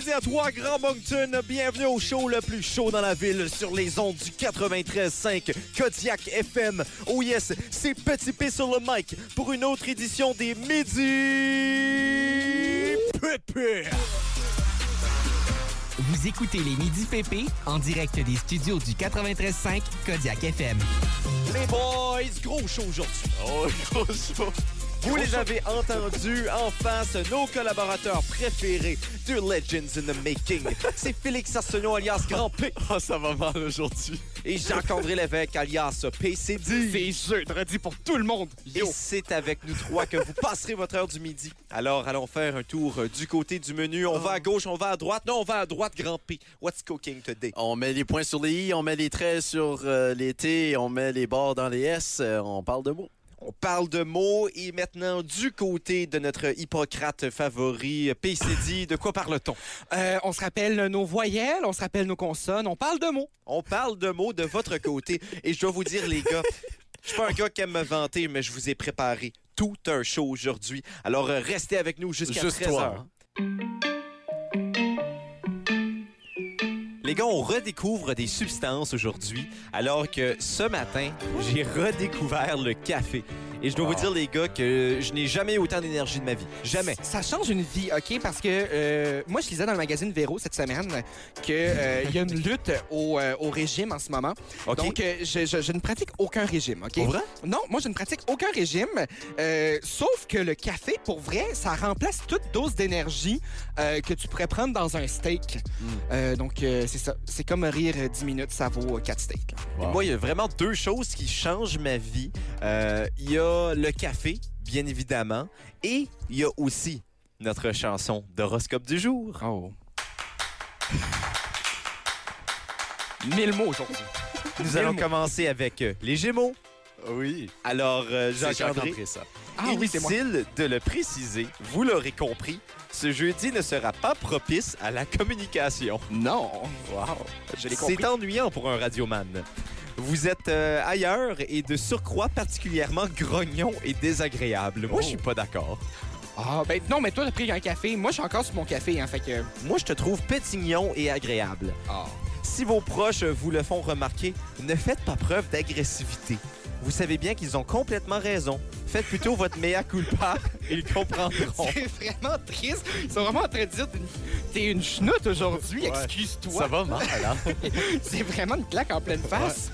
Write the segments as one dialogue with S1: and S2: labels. S1: Midi à 3, Grand Moncton. Bienvenue au show le plus chaud dans la ville sur les ondes du 93.5 Kodiak FM. Oh yes, c'est Petit P sur le mic pour une autre édition des Midi Pépé.
S2: Vous écoutez les Midi PP en direct des studios du 93.5 Kodiak FM.
S1: Les boys, gros show aujourd'hui.
S3: Oh, gros show.
S1: Vous les avez entendus en face, nos collaborateurs préférés de Legends in the Making. C'est Félix Arsenault alias Grand P
S3: Oh, ça va mal aujourd'hui.
S1: et Jacques-André Lévesque alias PCD.
S3: C'est jeudi pour tout le monde.
S1: Et
S3: Yo.
S1: c'est avec nous trois que vous passerez votre heure du midi. Alors, allons faire un tour euh, du côté du menu.
S3: Ah.
S1: On va à gauche, on va à droite. Non, on va à droite, grand P. What's cooking today?
S4: On met les points sur les i, on met les traits sur euh, les t, on met les bords dans les s, euh, on parle de mots.
S1: On parle de mots et maintenant, du côté de notre Hippocrate favori, PCD, de quoi parle-t-on?
S5: Euh, on se rappelle nos voyelles, on se rappelle nos consonnes, on parle de mots.
S1: On parle de mots de votre côté. Et je dois vous dire, les gars, je suis pas un gars qui aime me vanter, mais je vous ai préparé tout un show aujourd'hui. Alors, euh, restez avec nous jusqu'à
S4: Juste
S1: 13
S4: toi,
S1: heures. hein. Les gars, on redécouvre des substances aujourd'hui, alors que ce matin, j'ai redécouvert le café. Et je dois
S4: Ah.
S1: vous dire, les gars, que je n'ai jamais eu autant d'énergie de ma vie. Jamais.
S5: Ça change une vie, OK? Parce que euh, moi, je lisais dans le magazine Véro cette semaine qu'il y a une lutte au, euh, au régime en ce moment.
S1: OK?
S5: Donc, euh, je, je- je ne pratique aucun régime, OK?
S4: Pour vrai?
S5: Non, moi, je ne pratique aucun régime, euh, sauf que le café, pour vrai, ça remplace toute dose d'énergie euh, que tu pourrais prendre dans un steak.
S4: Hmm.
S5: Euh, donc, euh, c'est ça. C'est comme rire euh, 10 minutes, ça vaut 4 steaks. là.
S4: Wow.
S1: Moi, il y a vraiment deux choses qui changent ma vie. Euh, Il y a le café, bien évidemment, et il y a aussi notre chanson d'horoscope du jour.
S5: Oh. Mille mots aujourd'hui.
S1: Nous allons commencer avec euh, les Gémeaux.
S4: Oui,
S1: Alors, euh,
S4: j'ai
S1: Jacques-André,
S4: compris ça.
S5: Ah oui, c'est moi.
S1: Inutile de le préciser, vous l'aurez compris, ce jeudi ne sera pas propice à la communication.
S5: Non. Wow. Je l'ai compris.
S1: C'est ennuyant pour un radioman. Vous êtes euh, ailleurs et de surcroît particulièrement grognon et désagréable.
S5: Oh.
S1: Moi, je suis pas d'accord.
S5: Ah, ben non, mais toi, t'as pris un café. Moi, je suis encore sur mon café, hein, fait que...
S1: Moi, je te trouve pétignon et agréable.
S5: Ah.
S1: Si vos proches vous le font remarquer, ne faites pas preuve d'agressivité. Vous savez bien qu'ils ont complètement raison. Faites plutôt votre mea culpa, ils comprendront.
S5: C'est vraiment triste. Ils sont vraiment en train de dire t'es- t'es une chenoute aujourd'hui,
S4: Ouais. Ça
S5: excuse-toi.
S4: va mal, hein?
S5: C'est vraiment une claque en pleine face.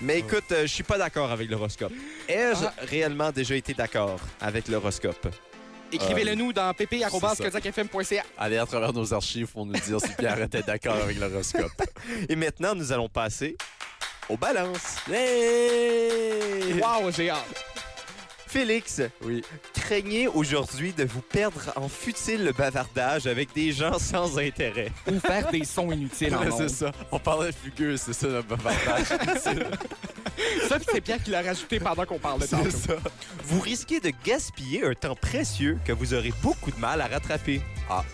S1: Mais écoute, euh, je suis pas d'accord avec l'horoscope. Ai-je
S5: Ah.
S1: réellement déjà été d'accord avec l'horoscope?
S5: Écrivez-le nous dans
S4: c'est ça.
S5: pp.kodiakfm.ca.
S4: Allez à travers nos archives pour nous dire si Pierre était d'accord avec l'horoscope.
S1: Et maintenant, nous allons passer aux balances.
S4: Hey!
S5: Wow, j'ai hâte.
S1: Félix,
S4: Oui.
S1: craignez aujourd'hui de vous perdre en futile bavardage avec des gens sans intérêt.
S5: Ou faire des sons inutiles en
S4: Ouais,
S5: ondes.
S4: c'est ça. On parlait fugueux, c'est ça notre bavardage.
S5: Ça, c'est Pierre qui l'a rajouté pendant qu'on parlait
S4: c'est
S5: tantôt.
S4: ça.
S1: Vous risquez de gaspiller un temps précieux que vous aurez beaucoup de mal à rattraper. Ah,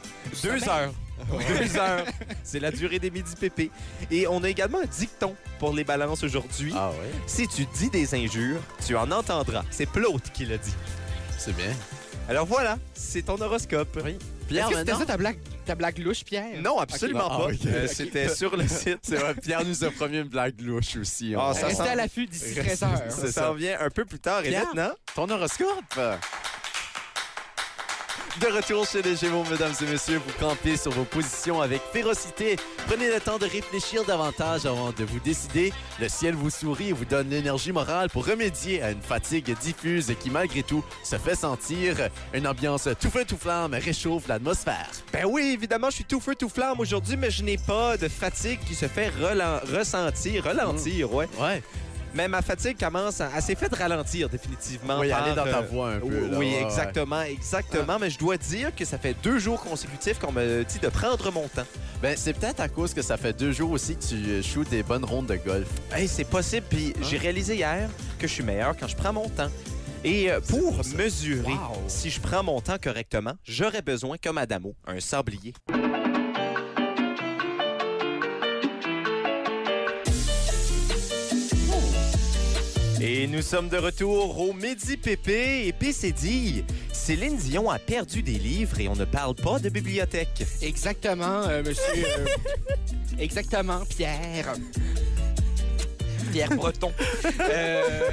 S1: deux heures. Deux heures. C'est la durée des midi pépé. Et on a également un dicton pour les balances aujourd'hui.
S4: Ah ouais?
S1: Si tu dis des injures, tu en entendras. C'est Plaute qui l'a dit.
S4: C'est bien.
S1: Alors voilà, c'est ton horoscope. Oui.
S4: Pierre,
S5: Est-ce que c'était
S4: maintenant?
S5: ça ta blague, ta blague louche, Pierre?
S1: Non, absolument
S4: Ok, non.
S1: pas.
S4: Ah, ok.
S1: Euh, C'était sur le site.
S4: C'est vrai, Pierre nous a promis une blague louche aussi.
S1: Ah,
S4: On-
S1: ça
S5: Restez
S1: sent-
S5: à l'affût d'ici
S4: Reste-
S5: 13 heures.
S1: Ça
S4: C'est
S1: s'en
S4: ça.
S1: vient un peu plus tard. Et
S4: Pierre?
S1: maintenant,
S4: Ton horoscope? De retour chez les Gémeaux, mesdames et messieurs, vous campez sur vos positions avec férocité. Prenez le temps de réfléchir davantage avant de vous décider. Le ciel vous sourit et vous donne l'énergie morale pour remédier à une fatigue diffuse qui, malgré tout, se fait sentir. Une ambiance tout feu tout flamme réchauffe l'atmosphère.
S1: ben oui, évidemment, je suis tout feu, tout flamme aujourd'hui, mais je n'ai pas de fatigue qui se fait relan- ressentir, ralentir, ouais.
S4: Ouais,
S1: Mais ma fatigue commence à, elle s'est faite ralentir définitivement.
S4: oui,
S1: par,
S4: aller dans ta
S1: euh,
S4: voix un peu.
S1: oui,
S4: là,
S1: oui,
S4: ouais, ouais.
S1: exactement, exactement. Mais je dois dire que ça fait deux jours consécutifs qu'on me dit de prendre mon temps.
S4: Ben, c'est peut-être à cause que ça fait deux jours aussi que tu euh, shoots des bonnes rondes de golf.
S1: Hey, c'est possible. Puis j'ai réalisé hier que je suis meilleur quand je prends mon temps. Et euh, pour mesurer
S5: Wow.
S1: si je prends mon temps correctement, j'aurais besoin, comme Adamo, un sablier. Et nous sommes de retour au Midi Pépé et PCD Céline Dion a perdu des livres et on ne parle pas de bibliothèque.
S5: Exactement, euh, monsieur. euh, exactement, Pierre. Pierre Breton. Euh,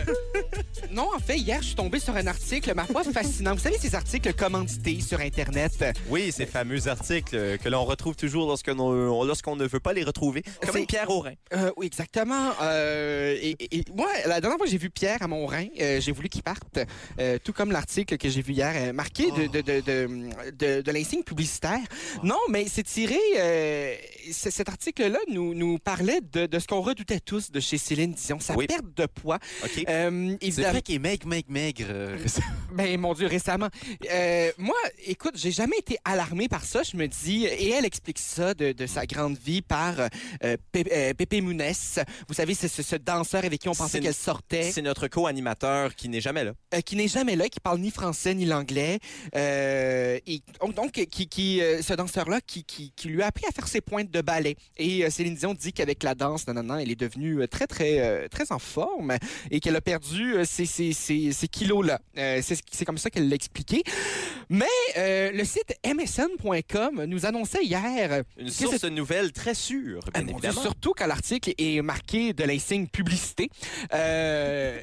S5: non, en fait, hier, je suis tombée sur un article, ma foi, fascinant. Vous savez, ces articles commandités sur Internet.
S1: Oui, ces fameux articles euh, que l'on retrouve toujours lorsqu'on euh, lorsqu'on ne veut pas les retrouver, comme
S5: C'est-
S1: une pierre au rein.
S5: Euh, oui, exactement. Euh, et, et- et moi, la dernière fois que j'ai vu Pierre à mon rein, euh, j'ai voulu qu'il parte, euh, tout comme l'article que j'ai vu hier, euh, marqué de, de, de, de, de- de l'insigne publicitaire. Non, mais c'est tiré. euh, c- cet article-là nous, nous parlait de, de ce qu'on redoutait tous de chez Céline Dion, sa
S1: Oui.
S5: perte de poids.
S1: OK?
S5: Euh,
S4: C'est
S5: évidemment,
S4: vrai qu'il est maigre, maigre, maigre. euh,
S5: ben, mon Dieu, récemment. Euh, moi, écoute, j'ai jamais été alarmé par ça. Je me dis, et elle explique ça de, de sa grande vie par euh, Pé- euh, Pépé Mounès. Vous savez, c'est ce, ce danseur avec qui on
S1: C'est-
S5: pensait qu'elle sortait,
S1: C'est notre co-animateur qui n'est jamais là.
S5: euh, qui n'est jamais là, qui parle ni français ni l'anglais. Euh, et donc, donc, qui, qui, euh, ce danseur-là qui, qui, qui lui a appris à faire ses pointes de ballet. Et euh, Céline Dion dit qu'avec la danse, non, non, non, elle est devenue euh, très, très, euh, très en forme et qu'elle a perdu euh, ces, ces- ces- ces kilos-là. Euh, c'est, ce- c'est comme ça qu'elle l'a expliqué. Mais euh, le site msn.com nous annonçait hier,
S1: Une
S5: Qu'est-ce
S1: source nouvelle très sûre,
S5: euh,
S1: bien
S5: mon Dieu,
S1: Ah, évidemment.
S5: surtout quand l'article est marqué de l'insigne publicité, euh,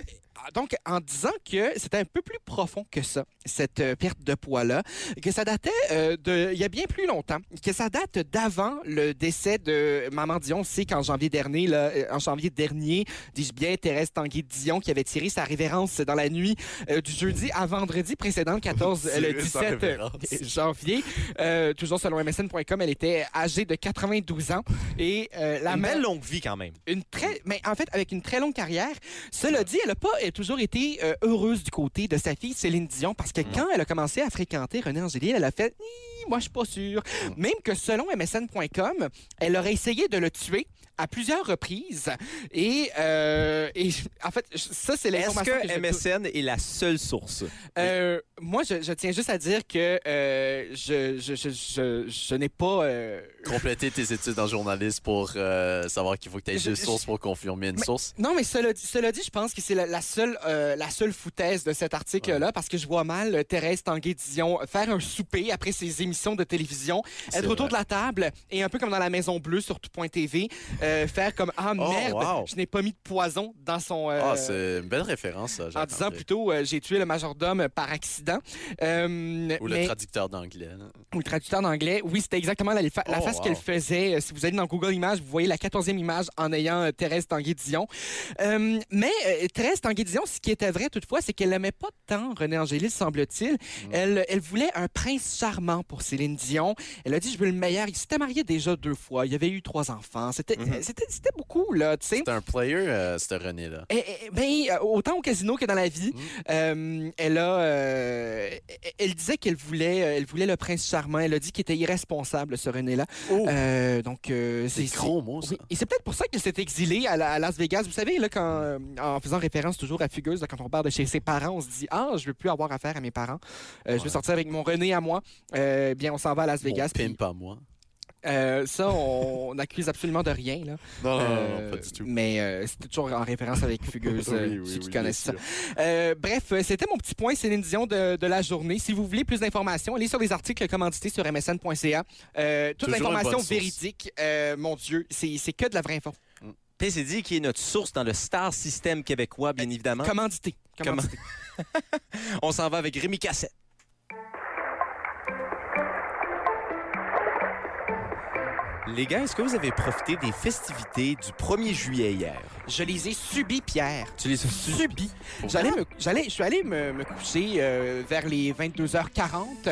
S5: donc en disant que c'était un peu plus profond que ça, cette euh, perte de poids-là, que ça datait euh, de, il y a bien plus longtemps, que ça date d'avant le décès de Maman Dion. On sait qu'en janvier dernier, là, euh, en janvier dernier, dis-je bien, Thérèse Tanguy Dion qui avait tiré sa révérence dans la nuit euh, du jeudi à vendredi précédent, le 14, euh, le
S4: Tiré sa
S5: 17
S4: révérence.
S5: janvier. Euh, toujours selon MSN.com, elle était âgée de 92 ans et euh, la
S1: Une
S5: mère-
S1: belle longue vie quand même.
S5: une très, mais en fait, avec une très longue carrière. Cela dit, elle n'a pas euh, toujours été euh, heureuse du côté de sa fille Céline Dion parce que quand elle a commencé à fréquenter René Angélil, elle a fait Hi, Moi, je suis pas sûre. Même que selon MSN.com, elle aurait essayé de le tuer à plusieurs reprises. Et, euh, et en fait, ça,
S1: Est-ce
S5: c'est l'information.
S1: que
S5: je-
S1: MSN est la seule source?
S5: Euh, Moi, je, je tiens juste à dire que euh, je, je, je, je, je n'ai pas. euh,
S4: Compléter tes études en journalisme pour euh, savoir qu'il faut que tu aies
S5: Je-
S4: deux
S5: je-
S4: sources pour confirmer une
S5: Mais-
S4: source.
S5: Non, mais cela dit, cela dit je pense que c'est la, la seule, euh, la seule foutaise de cet article-là, parce que je vois mal euh, Thérèse Tanguay-Dion faire un souper après ses émissions de télévision,
S4: C'est
S5: être autour
S4: vrai.
S5: de la table et un peu comme dans la Maison Bleue sur tout.tv, euh, faire comme « Ah
S4: Oh,
S5: merde,
S4: wow.
S5: je n'ai pas mis de poison dans son... euh,
S4: Ah, c'est une belle référence, ça.
S5: en
S4: Jacques
S5: disant
S4: André.
S5: plutôt euh, j'ai tué le majordome par accident. Euh,
S4: Ou
S5: mais-
S4: le traducteur d'anglais. là.
S5: ou le traducteur d'anglais. Oui, c'était exactement la, la fa- la
S4: Oh,
S5: face
S4: wow.
S5: qu'elle faisait. Euh, Si vous allez dans Google Images, vous voyez la 14e image en ayant euh, Thérèse Tanguay-Dion. Euh, mais euh, Thérèse Tanguay-Dion, ce qui était vrai toutefois, c'est qu'elle n'aimait pas tant René Angélis, semble-t-il.
S4: Mm.
S5: Elle, elle voulait un prince charmant pour Céline Dion. Elle a dit, je veux le meilleur. Il s'était marié déjà deux fois. Il y avait eu trois enfants. C'était
S4: Mm-hmm.
S1: Mhm.
S5: c'était- c'était beaucoup, là, tu sais.
S4: C'est un player, euh, ce René-là.
S5: Eh, eh, ben, euh, autant au casino que dans la vie,
S4: Mm.
S5: euh, elle a, euh, eh, elle disait qu'elle voulait, euh, elle voulait le prince charmant. Elle a dit qu'il était irresponsable, ce René-là.
S4: Oh!
S5: Euh, donc, euh,
S4: C'est
S5: c'est
S4: gros mot,
S5: c'est-
S4: ça.
S5: oui. Et c'est peut-être pour ça que s'est exilé à, la- à Las Vegas. Vous savez, là, quand, euh, en faisant référence toujours à Fugueuse, là, quand on parle de chez ses parents, on se dit Ah, je veux plus avoir affaire à mes parents. Euh, Je
S4: Ouais.
S5: veux sortir avec mon René à moi. Euh, bien, on s'en va à Las
S4: Mon
S5: Vegas. puis,
S4: pimp à moi.
S5: euh, ça, on n'accuse absolument de rien. Là.
S4: Oh, Non,
S5: Euh, Mais euh, c'était toujours en référence avec Fugueuse, euh, ceux qui connaissent ça. Euh, bref, euh, c'était mon petit point Céline Dion de, de la journée. Si vous voulez plus d'informations, allez sur les articles commandités sur msn.ca. Euh, toute
S4: Toujours une
S5: l'information
S4: bonne source.
S5: véridique, euh, mon Dieu, c'est c'est que de la vraie info.
S1: PCD qui est notre source dans le star système québécois, bien
S4: Hein?
S1: évidemment.
S5: Commandité.
S1: Comment-
S5: Commandité.
S1: On s'en va avec Rémi Cassette. Les gars, est-ce que vous avez profité des festivités du 1er juillet hier?
S5: Je les ai subis, Pierre.
S1: Tu les as
S5: Subis. J'allais me, j'allais, je suis allé me, me coucher euh, vers les 22h40
S4: Ah.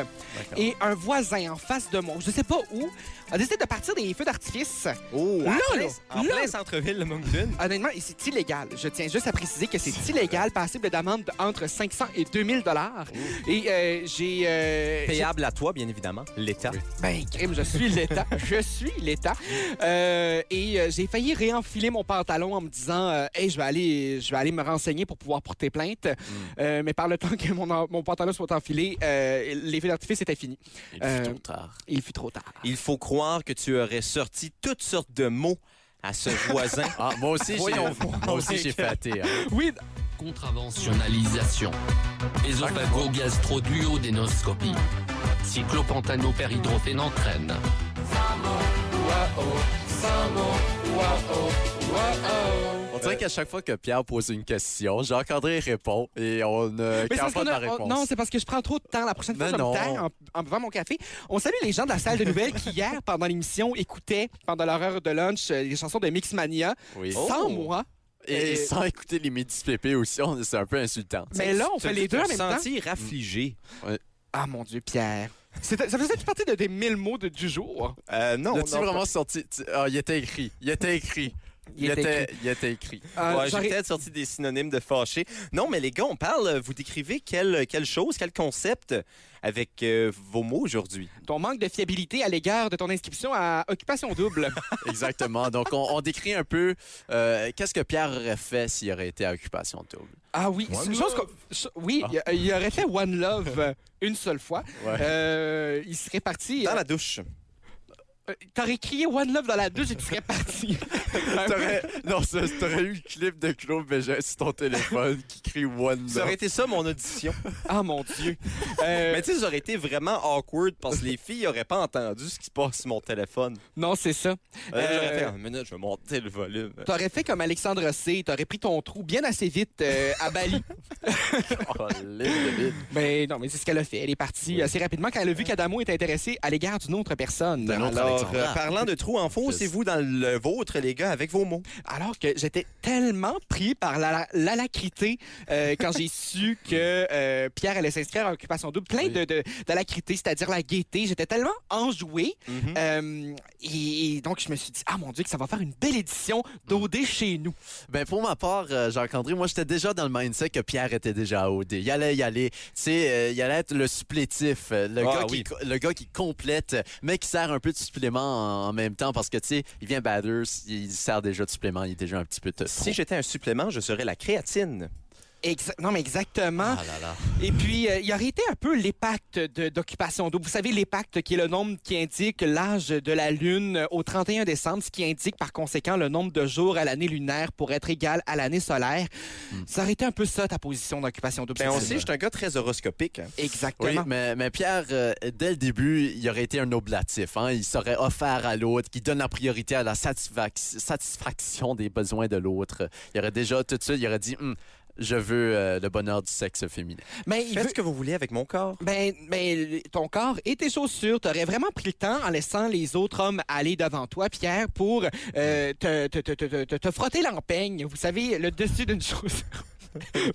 S5: et un voisin en face de moi, je sais pas où, a décidé de partir des feux d'artifice.
S1: Oh,
S5: Là,
S1: en
S5: là,
S1: plein, en
S5: là.
S1: plein centre-ville de Moncton.
S5: Honnêtement, et c'est illégal. Je tiens juste à préciser que c'est illégal, passible d'amende de entre 500 et 2000 dollars. Et euh, j'ai euh,
S1: Payable à toi, bien évidemment, l'État.
S5: Ben, crime, je suis l'État. je suis l'État. Euh, et euh, j'ai failli réenfiler mon pantalon en me disant euh, Hey, je vais aller je vais aller me renseigner pour pouvoir porter plainte. Euh, mais par le temps que mon, en- mon pantalon soit enfilé, euh, les feux d'artifice étaient finis.
S4: Il
S5: Euh,
S4: fut trop tard.
S5: Il fut trop tard.
S1: Il faut croire que tu aurais sorti toutes sortes de mots à ce voisin.
S4: Ah, moi aussi, j'ai
S1: Voyons
S4: moi aussi, j'ai faté. hein.
S5: Oui,
S6: Contraventionnalisation. Ésophago-gastro-duodénoscopie. Cyclopantanopéridrophène entraîne.
S4: On dirait qu'à chaque fois que Pierre pose une question, Jacques-André répond et on ne
S5: Mais c'est parce
S4: garde
S5: qu'on
S4: pas de la
S5: a- on-
S4: réponse.
S5: non, c'est parce que je prends trop de temps. La prochaine fois,
S4: Mais
S5: je vais
S4: non.
S5: me taire en, en buvant mon café. On salue les gens de la salle de nouvelles qui, hier, pendant l'émission, écoutaient, pendant leur heure de lunch, euh, les chansons de Mixmania.
S4: Oui.
S5: Sans moi.
S4: Et, et sans écouter les midi pépés aussi, on- c'est un peu insultant.
S5: Mais là, on
S1: Te-
S5: fait les deux en
S1: te
S5: même temps.
S1: sentir affligé.
S5: Ah, mon Dieu, Pierre. C'était- Ça faisait partie de des mille mots de- du jour.
S1: Euh, non,
S4: L'as-tu
S1: non,
S4: vraiment sorti? Tu- Ah, il était écrit. Il était écrit. Il était, il était écrit.
S5: Euh,
S1: Ouais, j'ai
S5: j'aurais-
S1: peut-être sorti des synonymes de fâché. Non, mais les gars, on parle, euh, vous décrivez quelle, quelle chose, quel concept avec euh, vos mots aujourd'hui.
S5: Ton manque de fiabilité à l'égard de ton inscription à Occupation Double.
S4: Exactement. Donc, on, on décrit un peu euh, qu'est-ce que Pierre aurait fait s'il aurait été à Occupation Double.
S5: Ah oui, c'est une chose qu'on- Oui, il a- il aurait fait One Love euh, une seule fois.
S4: Ouais.
S5: Euh, il serait parti.
S1: Dans la douche.
S5: euh, T'aurais crié One Love dans la douche et tu serais parti. Un peu-
S4: T'aurais- non, ça- t'aurais eu le clip de Claude Bégin sur ton téléphone qui crie One
S1: Ça
S4: Love.
S1: aurait été ça, mon audition.
S5: Ah mon Dieu. Euh,
S1: mais tu sais, ça aurait été vraiment awkward parce que les filles n'auraient pas entendu ce qui se passe sur mon téléphone.
S5: non, c'est ça.
S1: Euh,
S5: Euh,
S1: J'aurais fait, une minute, je vais monter le volume.
S5: T'aurais fait comme Alexandre C. T'aurais pris ton trou bien assez vite euh, à Bali.
S4: Oh, libre de libre.
S5: mais Ben, non, mais c'est ce qu'elle a fait. Elle est partie assez rapidement quand elle a vu qu'Adamo était intéressé à l'égard d'une autre personne.
S4: D'un autre
S1: Alors,
S4: Alexandra.
S1: euh, parlant de trous en fond,
S4: Je-
S1: c'est vous dans le vôtre, les gars, avec vos mots.
S5: Alors que j'étais tellement pris par la- l'alacrité euh, quand j'ai su que euh, Pierre allait s'inscrire à Occupation Double. Plein
S4: Oui.
S5: de de- d'alacrité, c'est-à-dire la gaieté. J'étais tellement enjoué.
S1: Mhm.
S5: euh, et, et donc, je me suis dit, ah mon Dieu, que ça va faire une belle édition d'OD
S1: Mhm.
S5: chez nous.
S4: Ben pour ma part, euh, Jacques-André, moi j'étais déjà dans le mindset que Pierre était déjà à OD. Il allait y aller, tu sais, euh, il allait être le supplétif, euh, le,
S1: Ah,
S4: gars
S1: oui.
S4: qui, le gars qui complète, euh, mais qui sert un peu de supplément en, en même temps parce que, tu sais, il vient Batters, il sert déjà de supplément, il est déjà un petit peu de
S1: Si j'étais un supplément, je serais la créatine. Ben,
S5: Exa- non, mais exactement.
S4: Ah là là.
S5: Et puis, euh, il aurait été un peu l'épacte de- d'occupation d'eau. Vous savez, l'épacte qui est le nombre qui indique l'âge de la Lune euh, au 31 décembre, ce qui indique par conséquent le nombre de jours à l'année lunaire pour être égal à l'année solaire. Ça aurait été un peu ça, ta position d'occupation d'eau.
S1: Hmm. Ben, on sait, je suis un gars très horoscopique. hein.
S4: Oui,
S5: Exactement.
S4: mais, mais Pierre, euh, dès le début, il aurait été un oblatif. Hein? Il serait offert à l'autre, qui donne la priorité à la satisfac- satisfaction des besoins de l'autre. Il aurait déjà, tout de suite, il aurait dit Hum, Je veux euh, le bonheur du sexe féminin.
S5: Mais il
S1: Faites
S5: veut-
S1: ce que vous voulez avec mon corps.
S5: Ben, ben, ton corps et tes chaussures, t'aurais vraiment pris le temps en laissant les autres hommes aller devant toi, Pierre, pour euh, te, te, te, te, te, te frotter l'empeigne. Vous savez, le dessus d'une chaussure.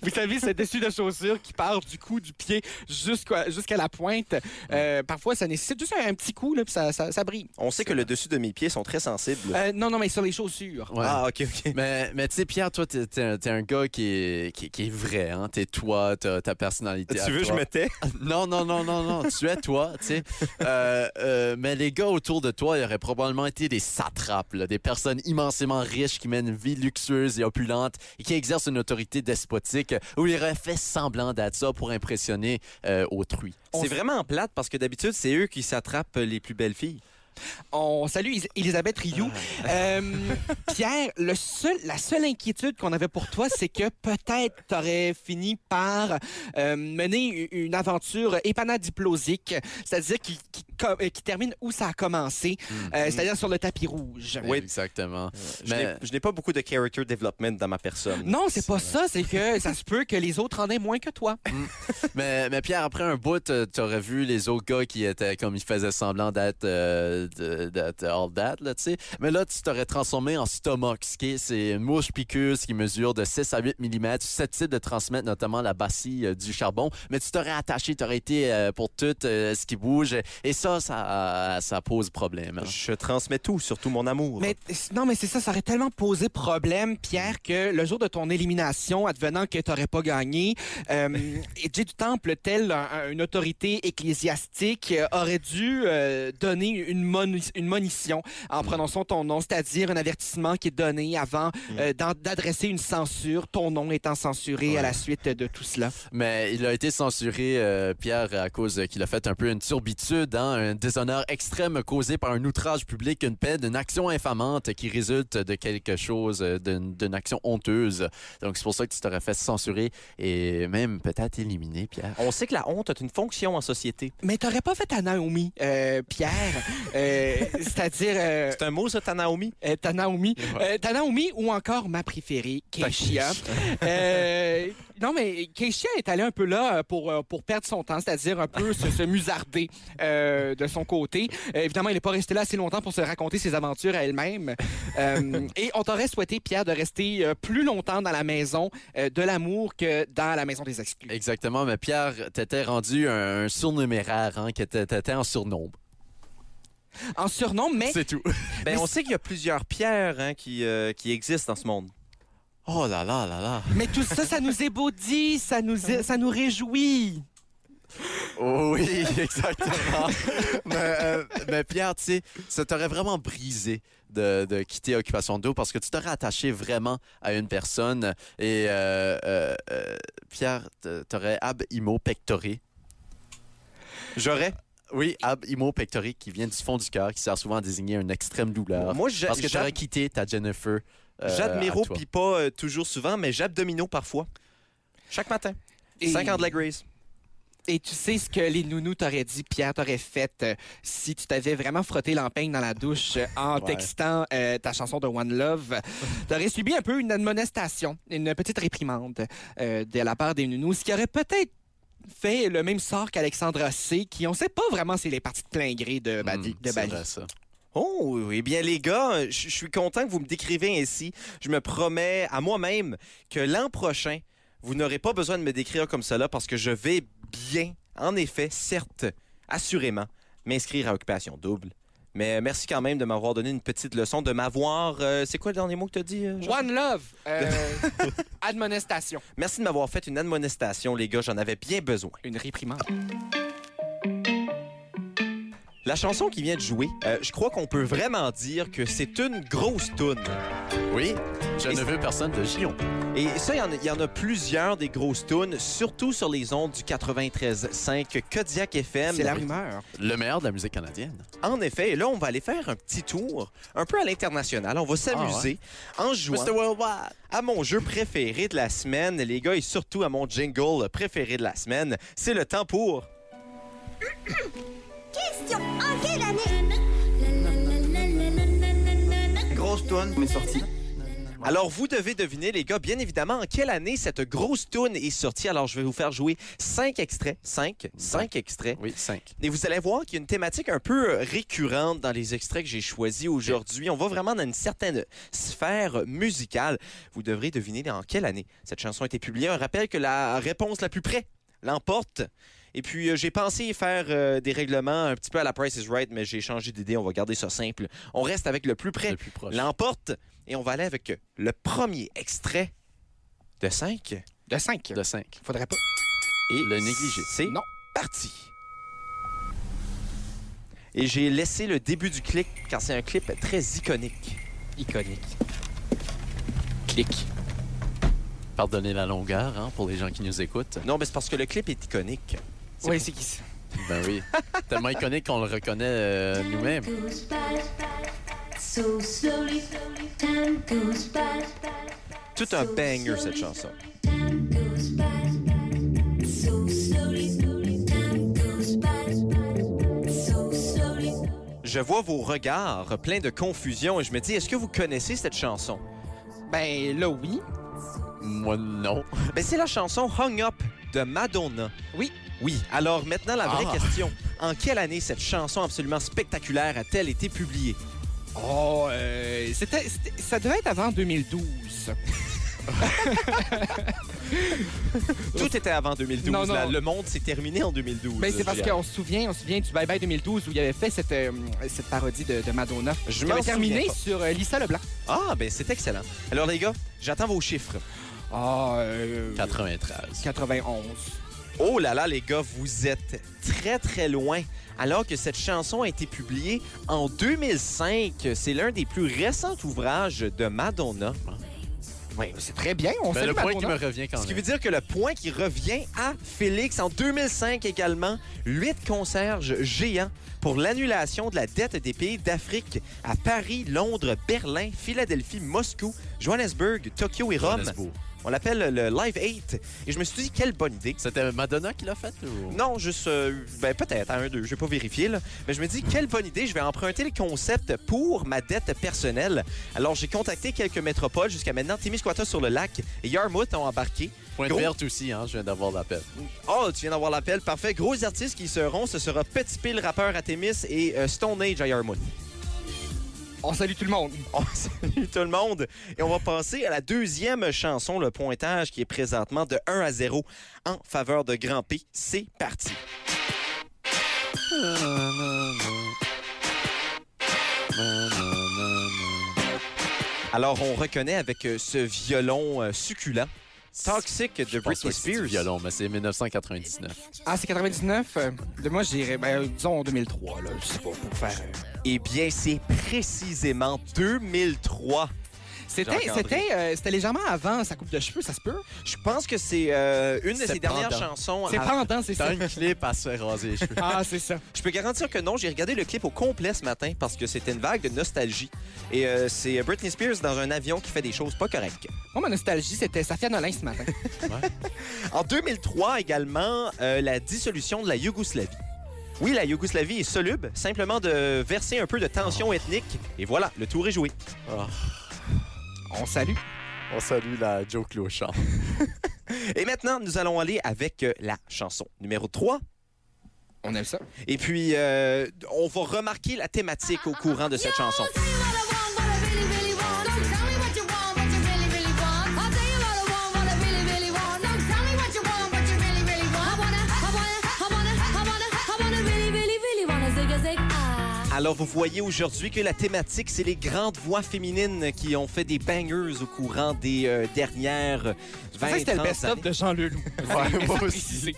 S5: Vous savez, ce dessus de chaussure qui part du cou, du pied jusqu'à jusqu'à la pointe. Euh, parfois, ça nécessite juste un, un petit coup, là, puis ça, ça, ça brille.
S1: On sait que le dessus de mes pieds sont très sensibles.
S5: Euh, non, non, mais sur les chaussures.
S4: Ouais.
S1: Ah, OK, OK.
S4: Mais, mais tu sais, Pierre, toi, t'es t'es un, t'es un gars qui est, qui, qui est vrai, hein? T'es toi, t'as ta personnalité. à
S1: Tu veux que je
S4: toi.
S1: me tais?
S4: Non, non, non, non, non, tu es toi, tu sais. Euh, euh, mais les gars autour de toi, ils auraient probablement été des satrapes, là, des personnes immensément riches qui mènent une vie luxueuse et opulente et qui exercent une autorité despotique où ils auraient fait semblant d'être ça pour impressionner euh, autrui.
S1: C'est vraiment plate parce que d'habitude, c'est eux qui s'attrapent les plus belles filles.
S5: On salue Is- Elisabeth Rioux. Euh, Pierre, le seul, la seule inquiétude qu'on avait pour toi, c'est que peut-être t'aurais fini par euh, mener u- une aventure épanadiplosique, c'est-à-dire qui, qui co- euh, qui termine où ça a commencé, euh, c'est-à-dire sur le tapis rouge.
S1: Oui.
S4: exactement.
S1: Je n'ai- je n'ai pas beaucoup de character development dans ma personne.
S5: Non, c'est pas ça, c'est que ça se peut que les autres en aient moins que toi.
S4: Mais, mais Pierre, après un bout, euh, t'aurais vu les autres gars qui étaient comme ils faisaient semblant d'être euh, de- d'être all that, là, tu sais. Mais là, tu t'aurais transformé en stomox, qui est- c'est une mouche piqueuse qui mesure de 6 à 8 mm, susceptible de transmettre notamment la bacille euh, du charbon. Mais tu t'aurais attaché, t'aurais été euh, pour tout euh, ce qui bouge. Et ça, ça, ça pose problème. hein.
S1: Je transmets tout, surtout mon amour.
S5: Mais, non, mais c'est ça, ça aurait tellement posé problème, Pierre, que le jour de ton élimination, advenant que tu n'aurais pas gagné, euh, Jay du Temple, telle un- un- une autorité ecclésiastique, euh, aurait dû euh, donner une, moni- une monition en prononçant ton nom, c'est-à-dire un avertissement qui est donné avant euh, d'en- d'adresser une censure, ton nom étant censuré à la suite de tout cela.
S4: Mais il a été censuré, euh, Pierre, à cause qu'il a fait un peu une turbitude. hein. un déshonneur extrême causé par un outrage public, une peine, une action infamante qui résulte de quelque chose, euh, d'une d'une action honteuse. Donc, c'est pour ça que tu t'aurais fait censurer et même peut-être éliminer, Pierre.
S1: On sait que la honte a une fonction en société.
S5: Mais t'aurais pas fait ta Naomi, euh, Pierre. Euh, C'est-à-dire euh,
S1: C'est un mot, ça, ta Naomi?
S5: euh, ta Naomi. Euh, ta Naomi ou encore ma préférée, Keishia. Euh, non, mais Keishia est allée un peu là euh, pour, euh, pour perdre son temps, c'est-à-dire un peu se, se musarder euh, de son côté. Euh, évidemment, il n'est pas resté là assez longtemps pour se raconter ses aventures à elle-même. Euh, et on t'aurait souhaité, Pierre, de rester euh, plus longtemps dans la maison euh, de l'amour que dans la maison des exclus.
S4: Exactement, mais Pierre, t'étais rendu un, un surnuméraire, hein, que t'é- t'étais en surnombre.
S5: En surnom, mais
S4: C'est tout.
S1: Ben, on sait qu'il y a plusieurs pierres hein, qui, euh, qui existent dans ce monde.
S4: Oh là là là là.
S5: Mais tout ça, ça nous ébaudit, ça nous, ça nous réjouit.
S4: Oh oui, exactement. mais, euh, mais Pierre, tu sais, ça t'aurait vraiment brisé de, de quitter Occupation d'eau parce que tu t'aurais attaché vraiment à une personne et euh, euh, euh, Pierre, t- t'aurais ab imo pectoré.
S1: J'aurais.
S4: Oui, ab imo pectoré qui vient du fond du cœur, qui sert souvent à désigner une extrême douleur.
S1: Moi, j'a-
S4: parce que
S1: j'a-
S4: t'aurais quitté ta Jennifer. euh,
S1: j'admiro,
S4: à toi.
S1: puis pas euh, toujours souvent, mais j'abdominaux parfois. Chaque matin.
S5: Et-
S1: 50 degrees.
S5: Et tu sais ce que les nounous t'auraient dit, Pierre t'aurait fait euh, si tu t'avais vraiment frotté l'empeigne dans la douche euh, en
S4: Ouais.
S5: textant euh, ta chanson de One Love. T'aurais subi un peu une admonestation, une petite réprimande euh, de la part des nounous, ce qui aurait peut-être fait le même sort qu'Alexandra C, qui on sait pas vraiment si elle est partie de plein gré de, Bali-
S4: Hmm,
S5: de
S4: c'est
S5: Bali.
S4: vrai, ça.
S1: Oh, eh bien, les gars, je je suis content que vous me décrivez ainsi. Je me promets à moi-même que l'an prochain, vous n'aurez pas besoin de me décrire comme cela parce que je vais bien, en effet, certes, assurément, m'inscrire à Occupation Double. Mais euh, merci quand même de m'avoir donné une petite leçon, de m'avoir. euh, c'est quoi le dernier mot que tu as dit? euh, Jean?
S5: One Love, euh, admonestation,
S1: Merci de m'avoir fait une admonestation, les gars, j'en avais bien besoin.
S5: une réprimande.
S1: La chanson qui vient de jouer, euh, je crois qu'on peut vraiment dire que c'est une grosse toune.
S4: Oui, je ne veux personne de Gion.
S1: Et ça, il y en a- il y, en a plusieurs des grosses tunes, surtout sur les ondes du 93.5 Kodiak FM.
S5: C'est la rumeur.
S4: Le meilleur de la musique canadienne.
S1: En effet, et là, on va aller faire un petit tour, un peu à l'international.
S5: Ah,
S1: On va s'amuser en jouant
S4: Worldwide.
S1: à mon jeu préféré de la semaine, les gars, et surtout à mon jingle préféré de la semaine. C'est le temps pour...
S6: Question En quelle année
S7: Grosse toune, mais sortie.
S1: Alors, vous devez deviner, les gars, bien évidemment, en quelle année cette grosse tune est sortie. Alors, je vais vous faire jouer cinq extraits. Cinq. Cinq extraits.
S4: Oui, 5.
S1: Et vous allez voir qu'il y a une thématique un peu euh, récurrente dans les extraits que j'ai choisis aujourd'hui. On va vraiment dans une certaine sphère musicale. Vous devrez deviner dans quelle année cette chanson a été publiée. Un rappel que la réponse la plus près l'emporte. Et puis, euh, j'ai pensé faire euh, des règlements un petit peu à la Price is Right, mais j'ai changé d'idée. On va garder ça simple. On reste avec le plus près
S4: Le plus proche.
S1: l'emporte. Et on va aller avec le premier extrait de 5.
S5: De 5.
S4: De 5.
S5: Faudrait pas.
S1: Et
S4: Le négliger.
S1: C'est
S5: Non.
S1: parti. Et j'ai laissé le début du clip car c'est un clip très iconique.
S5: Iconique. Clic.
S4: Pardonnez la longueur hein, pour les gens qui nous écoutent.
S1: Non, mais c'est parce que le clip est iconique. C'est
S5: Oui,
S1: pour-
S5: c'est qui ça?
S4: Ben oui. Tellement iconique qu'on le reconnaît euh, nous-mêmes.
S6: So slowly, time goes by.
S1: tout un banger cette chanson.
S6: Time goes by. So slowly, time goes by. So slowly.
S1: Je vois vos regards pleins de confusion et je me dis est-ce que vous connaissez cette chanson
S5: Ben là, oui.
S4: Moi, non.
S1: Ben c'est la chanson Hung Up de Madonna.
S5: Oui.
S1: Oui. Alors maintenant la vraie
S4: Ah.
S1: question en quelle année cette chanson absolument spectaculaire a-t-elle été publiée
S5: Oh, euh, c'était, c'était- ça devait être avant 2012.
S1: Tout était avant 2012.
S5: Non, non.
S1: La- le monde s'est terminé en 2012.
S5: Mais Ben, c'est parce
S1: Julien.
S5: qu'on se souvient, on se souvient du Bye Bye 2012 où il avait fait cette, euh, cette parodie de, de Madonna.
S1: je
S5: Il
S1: m'en
S5: avait terminé
S1: souviens pas.
S5: sur euh, Lisa Leblanc.
S1: Ah, ben c'est excellent. Alors les gars, j'attends vos chiffres.
S5: Ah, euh,
S4: 93.
S5: 91.
S1: Oh là là les gars, vous êtes très très loin. Alors que cette chanson a été publiée en 2005, c'est l'un des plus récents ouvrages de Madonna.
S5: Oui, c'est très bien. On
S4: Ben,
S5: salue
S4: le
S5: ma
S4: point qui
S5: bonne
S4: me
S5: heure.
S4: revient quand
S1: Ce qui
S4: même.
S1: veut dire que le point qui revient à Félix en 2005 également, huit concierges géants pour l'annulation de la dette des pays d'Afrique à Paris, Londres, Berlin, Philadelphie, Moscou, Johannesburg, Tokyo et Rome.
S4: Johannesburg.
S1: On l'appelle le Live 8. Et je me suis dit, quelle bonne idée.
S4: C'était Madonna qui l'a fait ou...
S1: Non, juste, euh, ben peut-être, un, deux, je vais pas vérifier, là. Mais je me dis, quelle bonne idée, je vais emprunter le concept pour ma dette personnelle. Alors, j'ai contacté quelques métropoles jusqu'à maintenant. Témiscouata sur le lac et Yarmouth ont embarqué.
S4: Pointe
S1: Gros.
S4: verte aussi, hein, je viens d'avoir l'appel.
S1: Oh, tu viens d'avoir l'appel, parfait. Gros artistes qui y seront, ce sera Petit P, le rappeur à Témis et euh, Stone Age à Yarmouth.
S5: On salue tout le monde.
S1: On salue tout le monde. Et on va passer à la deuxième chanson, le pointage, qui est présentement de 1 à 0 en faveur de Grand P. C'est parti. Alors, on reconnaît avec euh, ce violon euh, succulent, Toxic de
S4: Je pense pas
S1: Britney
S4: que c'est du
S1: Spears.
S4: violon, mais c'est 1999.
S5: Ah, c'est 99? Euh, de moi, j'irais, ben, disons en 2003, là, je sais pas, pour faire... euh,
S1: Eh bien, c'est précisément 2003.
S5: C'était,
S1: Jacques-André.
S5: c'était, euh, c'était légèrement avant sa coupe de cheveux, ça se peut?
S1: Je pense que c'est euh, une de
S4: C'est
S1: ses dernières
S4: pendant.
S1: chansons.
S5: C'est
S1: à-
S5: pendant, c'est ça.
S4: T'as une clip à se faire raser les cheveux.
S5: Ah, c'est ça.
S1: Je peux garantir que non, j'ai regardé le clip au complet ce matin parce que c'était une vague de nostalgie. Et euh, c'est Britney Spears dans un avion qui fait des choses pas correctes.
S5: Moi, ma nostalgie, c'était Safia Nolin ce matin.
S1: En 2003 également, euh, la dissolution de la Yougoslavie. Oui, la Yougoslavie est soluble, simplement de verser un peu de tension ethnique. Et voilà, le tour est joué.
S4: Ah,
S5: On salue.
S4: on salue la Joe Clochard.
S1: Et maintenant, nous allons aller avec euh, la chanson numéro 3.
S5: On aime ça.
S1: Et puis, euh, on va remarquer la thématique au courant de cette chanson.
S6: Ah.
S1: Alors, vous voyez aujourd'hui que la thématique, c'est les grandes voix féminines qui ont fait des bangers au courant des euh, dernières 20
S5: Ça, c'était le best-of
S1: années.
S5: de Jean Leloup.
S4: Ouais, moi
S5: aussi.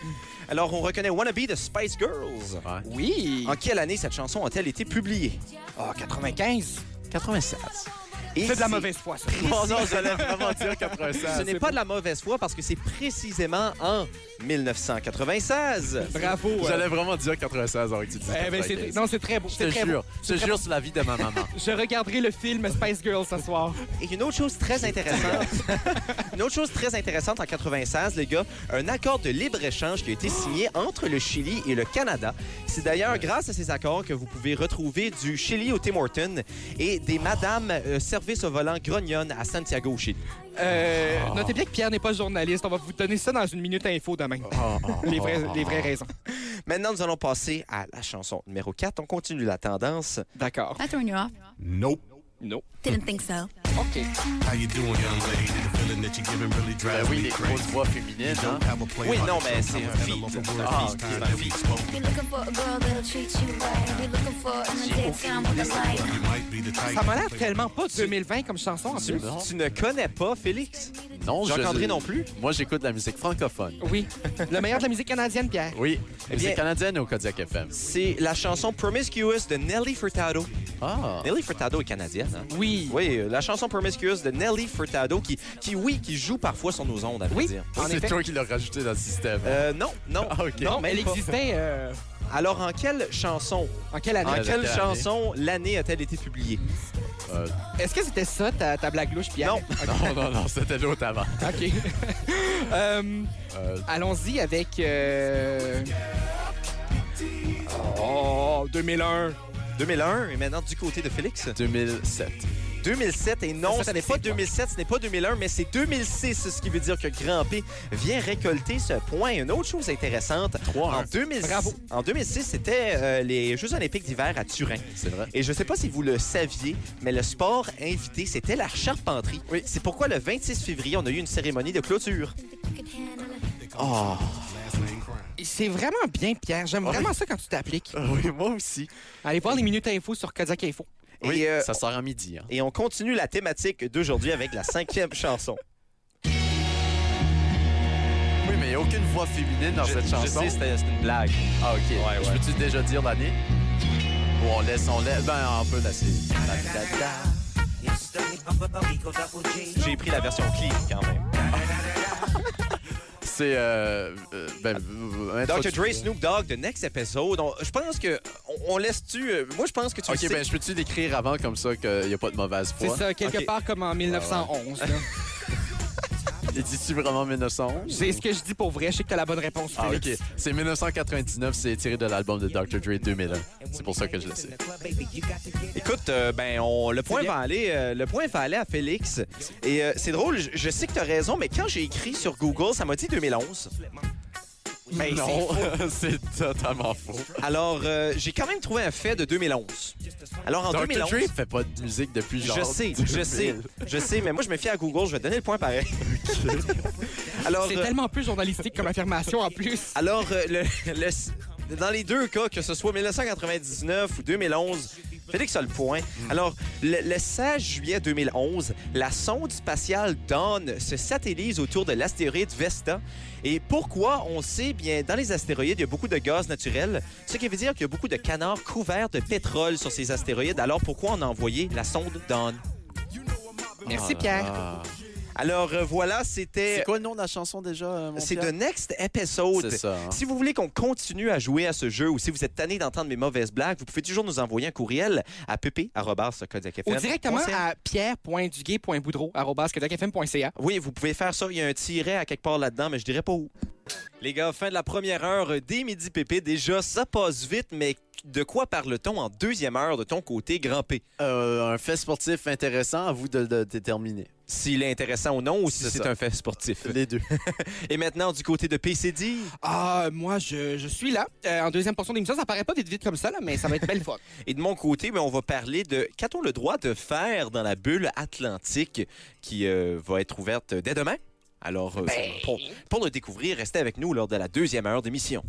S1: Alors, on reconnaît Wannabe de Spice Girls.
S4: Ouais.
S5: Oui.
S1: En quelle année cette chanson a-t-elle été publiée?
S5: Ah, 95.
S4: 96.
S1: Et
S5: C'est de la
S1: c'est-
S5: mauvaise foi, ça.
S4: Oh non, j'allais vraiment dire
S1: Ce
S5: Ah,
S4: 96.
S1: n'est pas de la mauvaise foi parce que c'est précisément en 1996.
S5: Bravo. euh,
S4: J'allais vraiment dire 96 alors que tu dis
S5: eh ben,
S4: 96.
S5: c'est- non, c'est très beau.
S4: je
S5: C'est très
S4: te
S5: beau.
S4: jure, je te jure sur la vie de ma maman.
S5: Je regarderai le film Spice Girls ce soir.
S1: Et une autre chose très intéressante, une autre chose très intéressante en 96, les gars, un accord de libre-échange qui a été signé entre le Chili et le Canada. C'est d'ailleurs grâce à ces accords que vous pouvez retrouver du Chili au Tim Hortons et des madames euh, service au volant grognonne à Santiago au Chili.
S5: Euh, Notez bien que Pierre n'est pas journaliste. On va vous donner ça dans une minute info demain. Les vraies, les vraies raisons.
S1: Maintenant, nous allons passer à la chanson numéro 4. On continue la tendance.
S5: D'accord.
S7: That throwing you off?
S8: Nope.
S7: Didn't think so.
S5: OK.
S8: How you doing, young lady? The feeling that you're giving really
S4: Ben
S8: drives
S4: oui,
S8: me
S4: les
S8: crazy.
S4: grosses voix féminines, hein.
S8: Have a play
S1: Oui,
S8: hard
S1: non,
S8: to
S1: mais
S8: come
S1: c'est
S8: up
S1: un
S8: and a
S1: feat.
S8: loaf of words
S1: Ah,
S8: each
S1: ok,
S8: time
S1: c'est un
S8: that
S1: feat.
S8: we spoke.
S6: You're looking for a girl that'll treat you right. You're looking for it in the daytime with the light.
S8: You might be the type
S5: Ça m'a l'air
S8: to play
S5: tellement pas 2020 comme chanson en plus.
S4: Non.
S1: Tu ne connais pas, Félix?
S4: Non, je-
S1: Jacques-André non plus?
S4: Moi, j'écoute de la musique francophone.
S5: Oui. Le meilleur de la musique canadienne, Pierre.
S4: Oui,
S1: bien-
S4: musique canadienne au Kodiak FM.
S1: C'est la chanson Promiscuous de Nelly Furtado.
S4: Ah,
S1: Nelly Furtado est canadienne, hein?
S5: Oui.
S1: Oui, euh, la chanson Promiscuous de Nelly Furtado qui, qui oui, qui joue parfois sur nos ondes, à vrai
S5: Oui.
S1: dire.
S5: En
S4: c'est
S5: effet.
S4: toi qui l'as rajouté dans le système.
S1: Euh, non, non,
S4: Ah, ok.
S1: non,
S5: Non,
S1: mais
S5: elle existait euh,
S1: Alors, en quelle chanson,
S5: en quelle année?
S1: en
S4: quelle
S1: quelle
S4: année?
S1: chanson l'année a-t-elle été publiée?
S4: Euh,
S5: Est-ce que c'était ça, ta, ta blague louche, Pierre?
S1: Non.
S4: non, non, non, c'était l'autre avant.
S5: OK. Euh,
S4: Euh,
S5: Allons-y avec... euh, Oh, 2001.
S1: 2001 et maintenant du côté de Félix.
S4: 2007.
S1: 2007 et non,
S5: Ça,
S1: ce
S5: ça,
S1: n'est
S5: c'est
S1: pas
S5: bon.
S1: 2007, ce n'est pas 2001, mais c'est 2006, ce qui veut dire que Grand P vient récolter ce point. Une autre chose intéressante,
S4: 3-1.
S1: en 2006,
S5: Bravo.
S1: en 2006 c'était euh, les Jeux olympiques d'hiver à Turin.
S4: C'est vrai.
S1: Et je ne sais pas si vous le saviez, mais le sport invité, c'était la charpenterie.
S4: Oui.
S1: C'est pourquoi le 26 février, on a eu une cérémonie de clôture.
S5: C'est vraiment bien, Pierre. J'aime
S4: Oui.
S5: vraiment ça quand tu t'appliques.
S4: Ah Oui, moi aussi.
S5: Allez voir les minutes info sur Kodiak Info.
S4: Oui,
S1: Et, euh,
S4: ça sort à midi. Hein.
S1: Et on continue la thématique d'aujourd'hui avec la cinquième chanson.
S4: Oui, mais il n'y a aucune voix féminine dans
S1: Je-
S4: cette
S1: je
S4: chanson.
S1: sais, c'était- c'est une blague.
S4: Ah, OK.
S1: Ouais,
S4: Je
S1: ouais.
S4: peux-tu déjà dire l'année? Ou on laisse, on laisse. Ben, on peut laisser. La- la- la-
S1: J'ai pris la version clean quand même.
S4: C'est. Euh, euh, ben, euh,
S1: Dr.
S4: introduis-
S1: Dre, Snoop Dogg, The Next Episode. On- je pense que. On, on laisse-tu. euh, Moi, je pense que tu le
S4: Ok,
S1: sais.
S4: ben je peux-tu décrire avant comme ça qu'il n'y a pas de mauvaise foi?
S5: C'est ça, quelque
S1: Ok.
S5: part comme en 1911. là.
S4: Et Dis-tu vraiment 1911?
S5: C'est ce que je dis pour vrai. Je sais que t'as la bonne réponse,
S4: Ah,
S5: Félix.
S4: ok. C'est 1999, c'est tiré de l'album de Dr. Dre 2001. C'est pour ça que je le sais.
S1: Écoute, euh, ben, on, le, point
S5: bien.
S1: va aller, euh, le point va aller à Félix. Et euh, c'est drôle, je, je sais que tu as raison, mais quand j'ai écrit sur Google, ça m'a dit 2011.
S5: Mais
S4: non, c'est totalement faux.
S1: Ben, Alors, euh, j'ai quand même trouvé un fait de 2011. Alors, en
S4: Dr.
S1: 2011.
S4: Dre fait pas de musique depuis genre.
S1: Je sais, je
S4: 2000.
S1: sais, je sais, mais moi je me fie à Google, je vais te donner le point pareil. Alors,
S5: C'est
S1: euh,
S5: tellement plus journalistique comme affirmation en plus.
S1: Alors, euh, le- le- dans les deux cas, que ce soit 1999 ou 2011, Félix a le point.
S4: Mm.
S1: Alors, le, le 16 juillet 2011, la sonde spatiale Dawn se satellise autour de l'astéroïde Vesta. Et pourquoi? On sait, bien, dans les astéroïdes, il y a beaucoup de gaz naturel, ce qui veut dire qu'il y a beaucoup de canards couverts de pétrole sur ces astéroïdes. Alors, pourquoi on a envoyé la sonde Dawn?
S5: Merci, Pierre.
S4: Ah.
S1: Alors, euh, voilà, c'était...
S4: C'est quoi le nom de la chanson déjà, euh, mon
S1: C'est
S4: Pierre?
S1: The Next Episode.
S4: C'est ça. hein.
S1: Si vous voulez qu'on continue à jouer à ce jeu ou si vous êtes tanné d'entendre mes mauvaises blagues, vous pouvez toujours nous envoyer un courriel à
S5: Ou
S1: pépé.kodiakfm.
S5: directement
S1: On sait-
S5: à pierre.duguay.boudreau.ca.
S1: Oui, vous pouvez faire ça. Il y a un tiret à quelque part là-dedans, mais je dirais pas où. Les gars, fin de la première heure des Midi Pépé. Déjà, ça passe vite, mais de quoi parle-t-on en deuxième heure de ton côté, Grand P?
S4: Euh, un fait sportif intéressant, à vous de le déterminer.
S1: S'il est intéressant ou non, ou si
S4: C'est
S1: c'est
S4: ça.
S1: un fait sportif.
S4: Les deux.
S1: Et maintenant, du côté de PCD,
S5: Ah, moi, je, je suis là. Euh, en deuxième portion d'émission, ça paraît pas vite vite comme ça, là, mais ça va être belle fun.
S1: Et de mon côté, ben, on va parler de qu'a-t-on le droit de faire dans la bulle atlantique qui euh, va être ouverte dès demain. Alors, euh, pour, pour le découvrir, restez avec nous lors de la deuxième heure d'émission.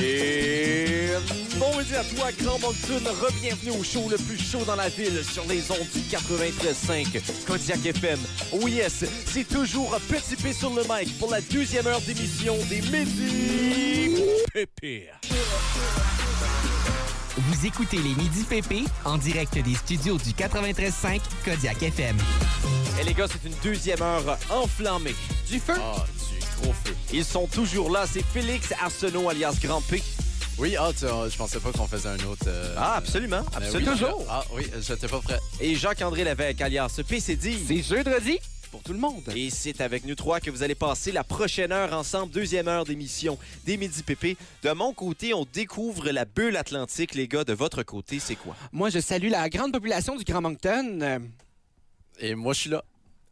S1: Et bonjour à toi, Grand Moncton. Re-bienvenue au show le plus chaud dans la ville sur les ondes du 93.5 Kodiak FM. Oh yes, c'est toujours Petit P sur le mic pour la deuxième heure d'émission des Midi Pépé.
S2: Vous écoutez les Midi PP en direct des studios du 93.5 Kodiak FM.
S1: Et les gars, c'est une deuxième heure enflammée. Du feu.
S4: Ah, du gros feu.
S1: Ils sont toujours là. C'est Félix Arsenault alias Grand P.
S4: Oui, ah, tu- ah, je pensais pas qu'on faisait un autre. euh,
S1: Ah, absolument.
S4: mais
S1: Absolument.
S4: oui, je- Ah oui, j'étais pas prêt.
S1: Et Jacques-André Lévesque alias PCD.
S5: C'est jeudi pour tout le monde.
S1: Et c'est avec nous trois que vous allez passer la prochaine heure ensemble, deuxième heure d'émission des Midi Pépé. De mon côté, on découvre la bulle atlantique. Les gars, de votre côté, c'est quoi?
S5: Moi, je salue la grande population du Grand Moncton. Euh,
S4: Et moi, je suis là.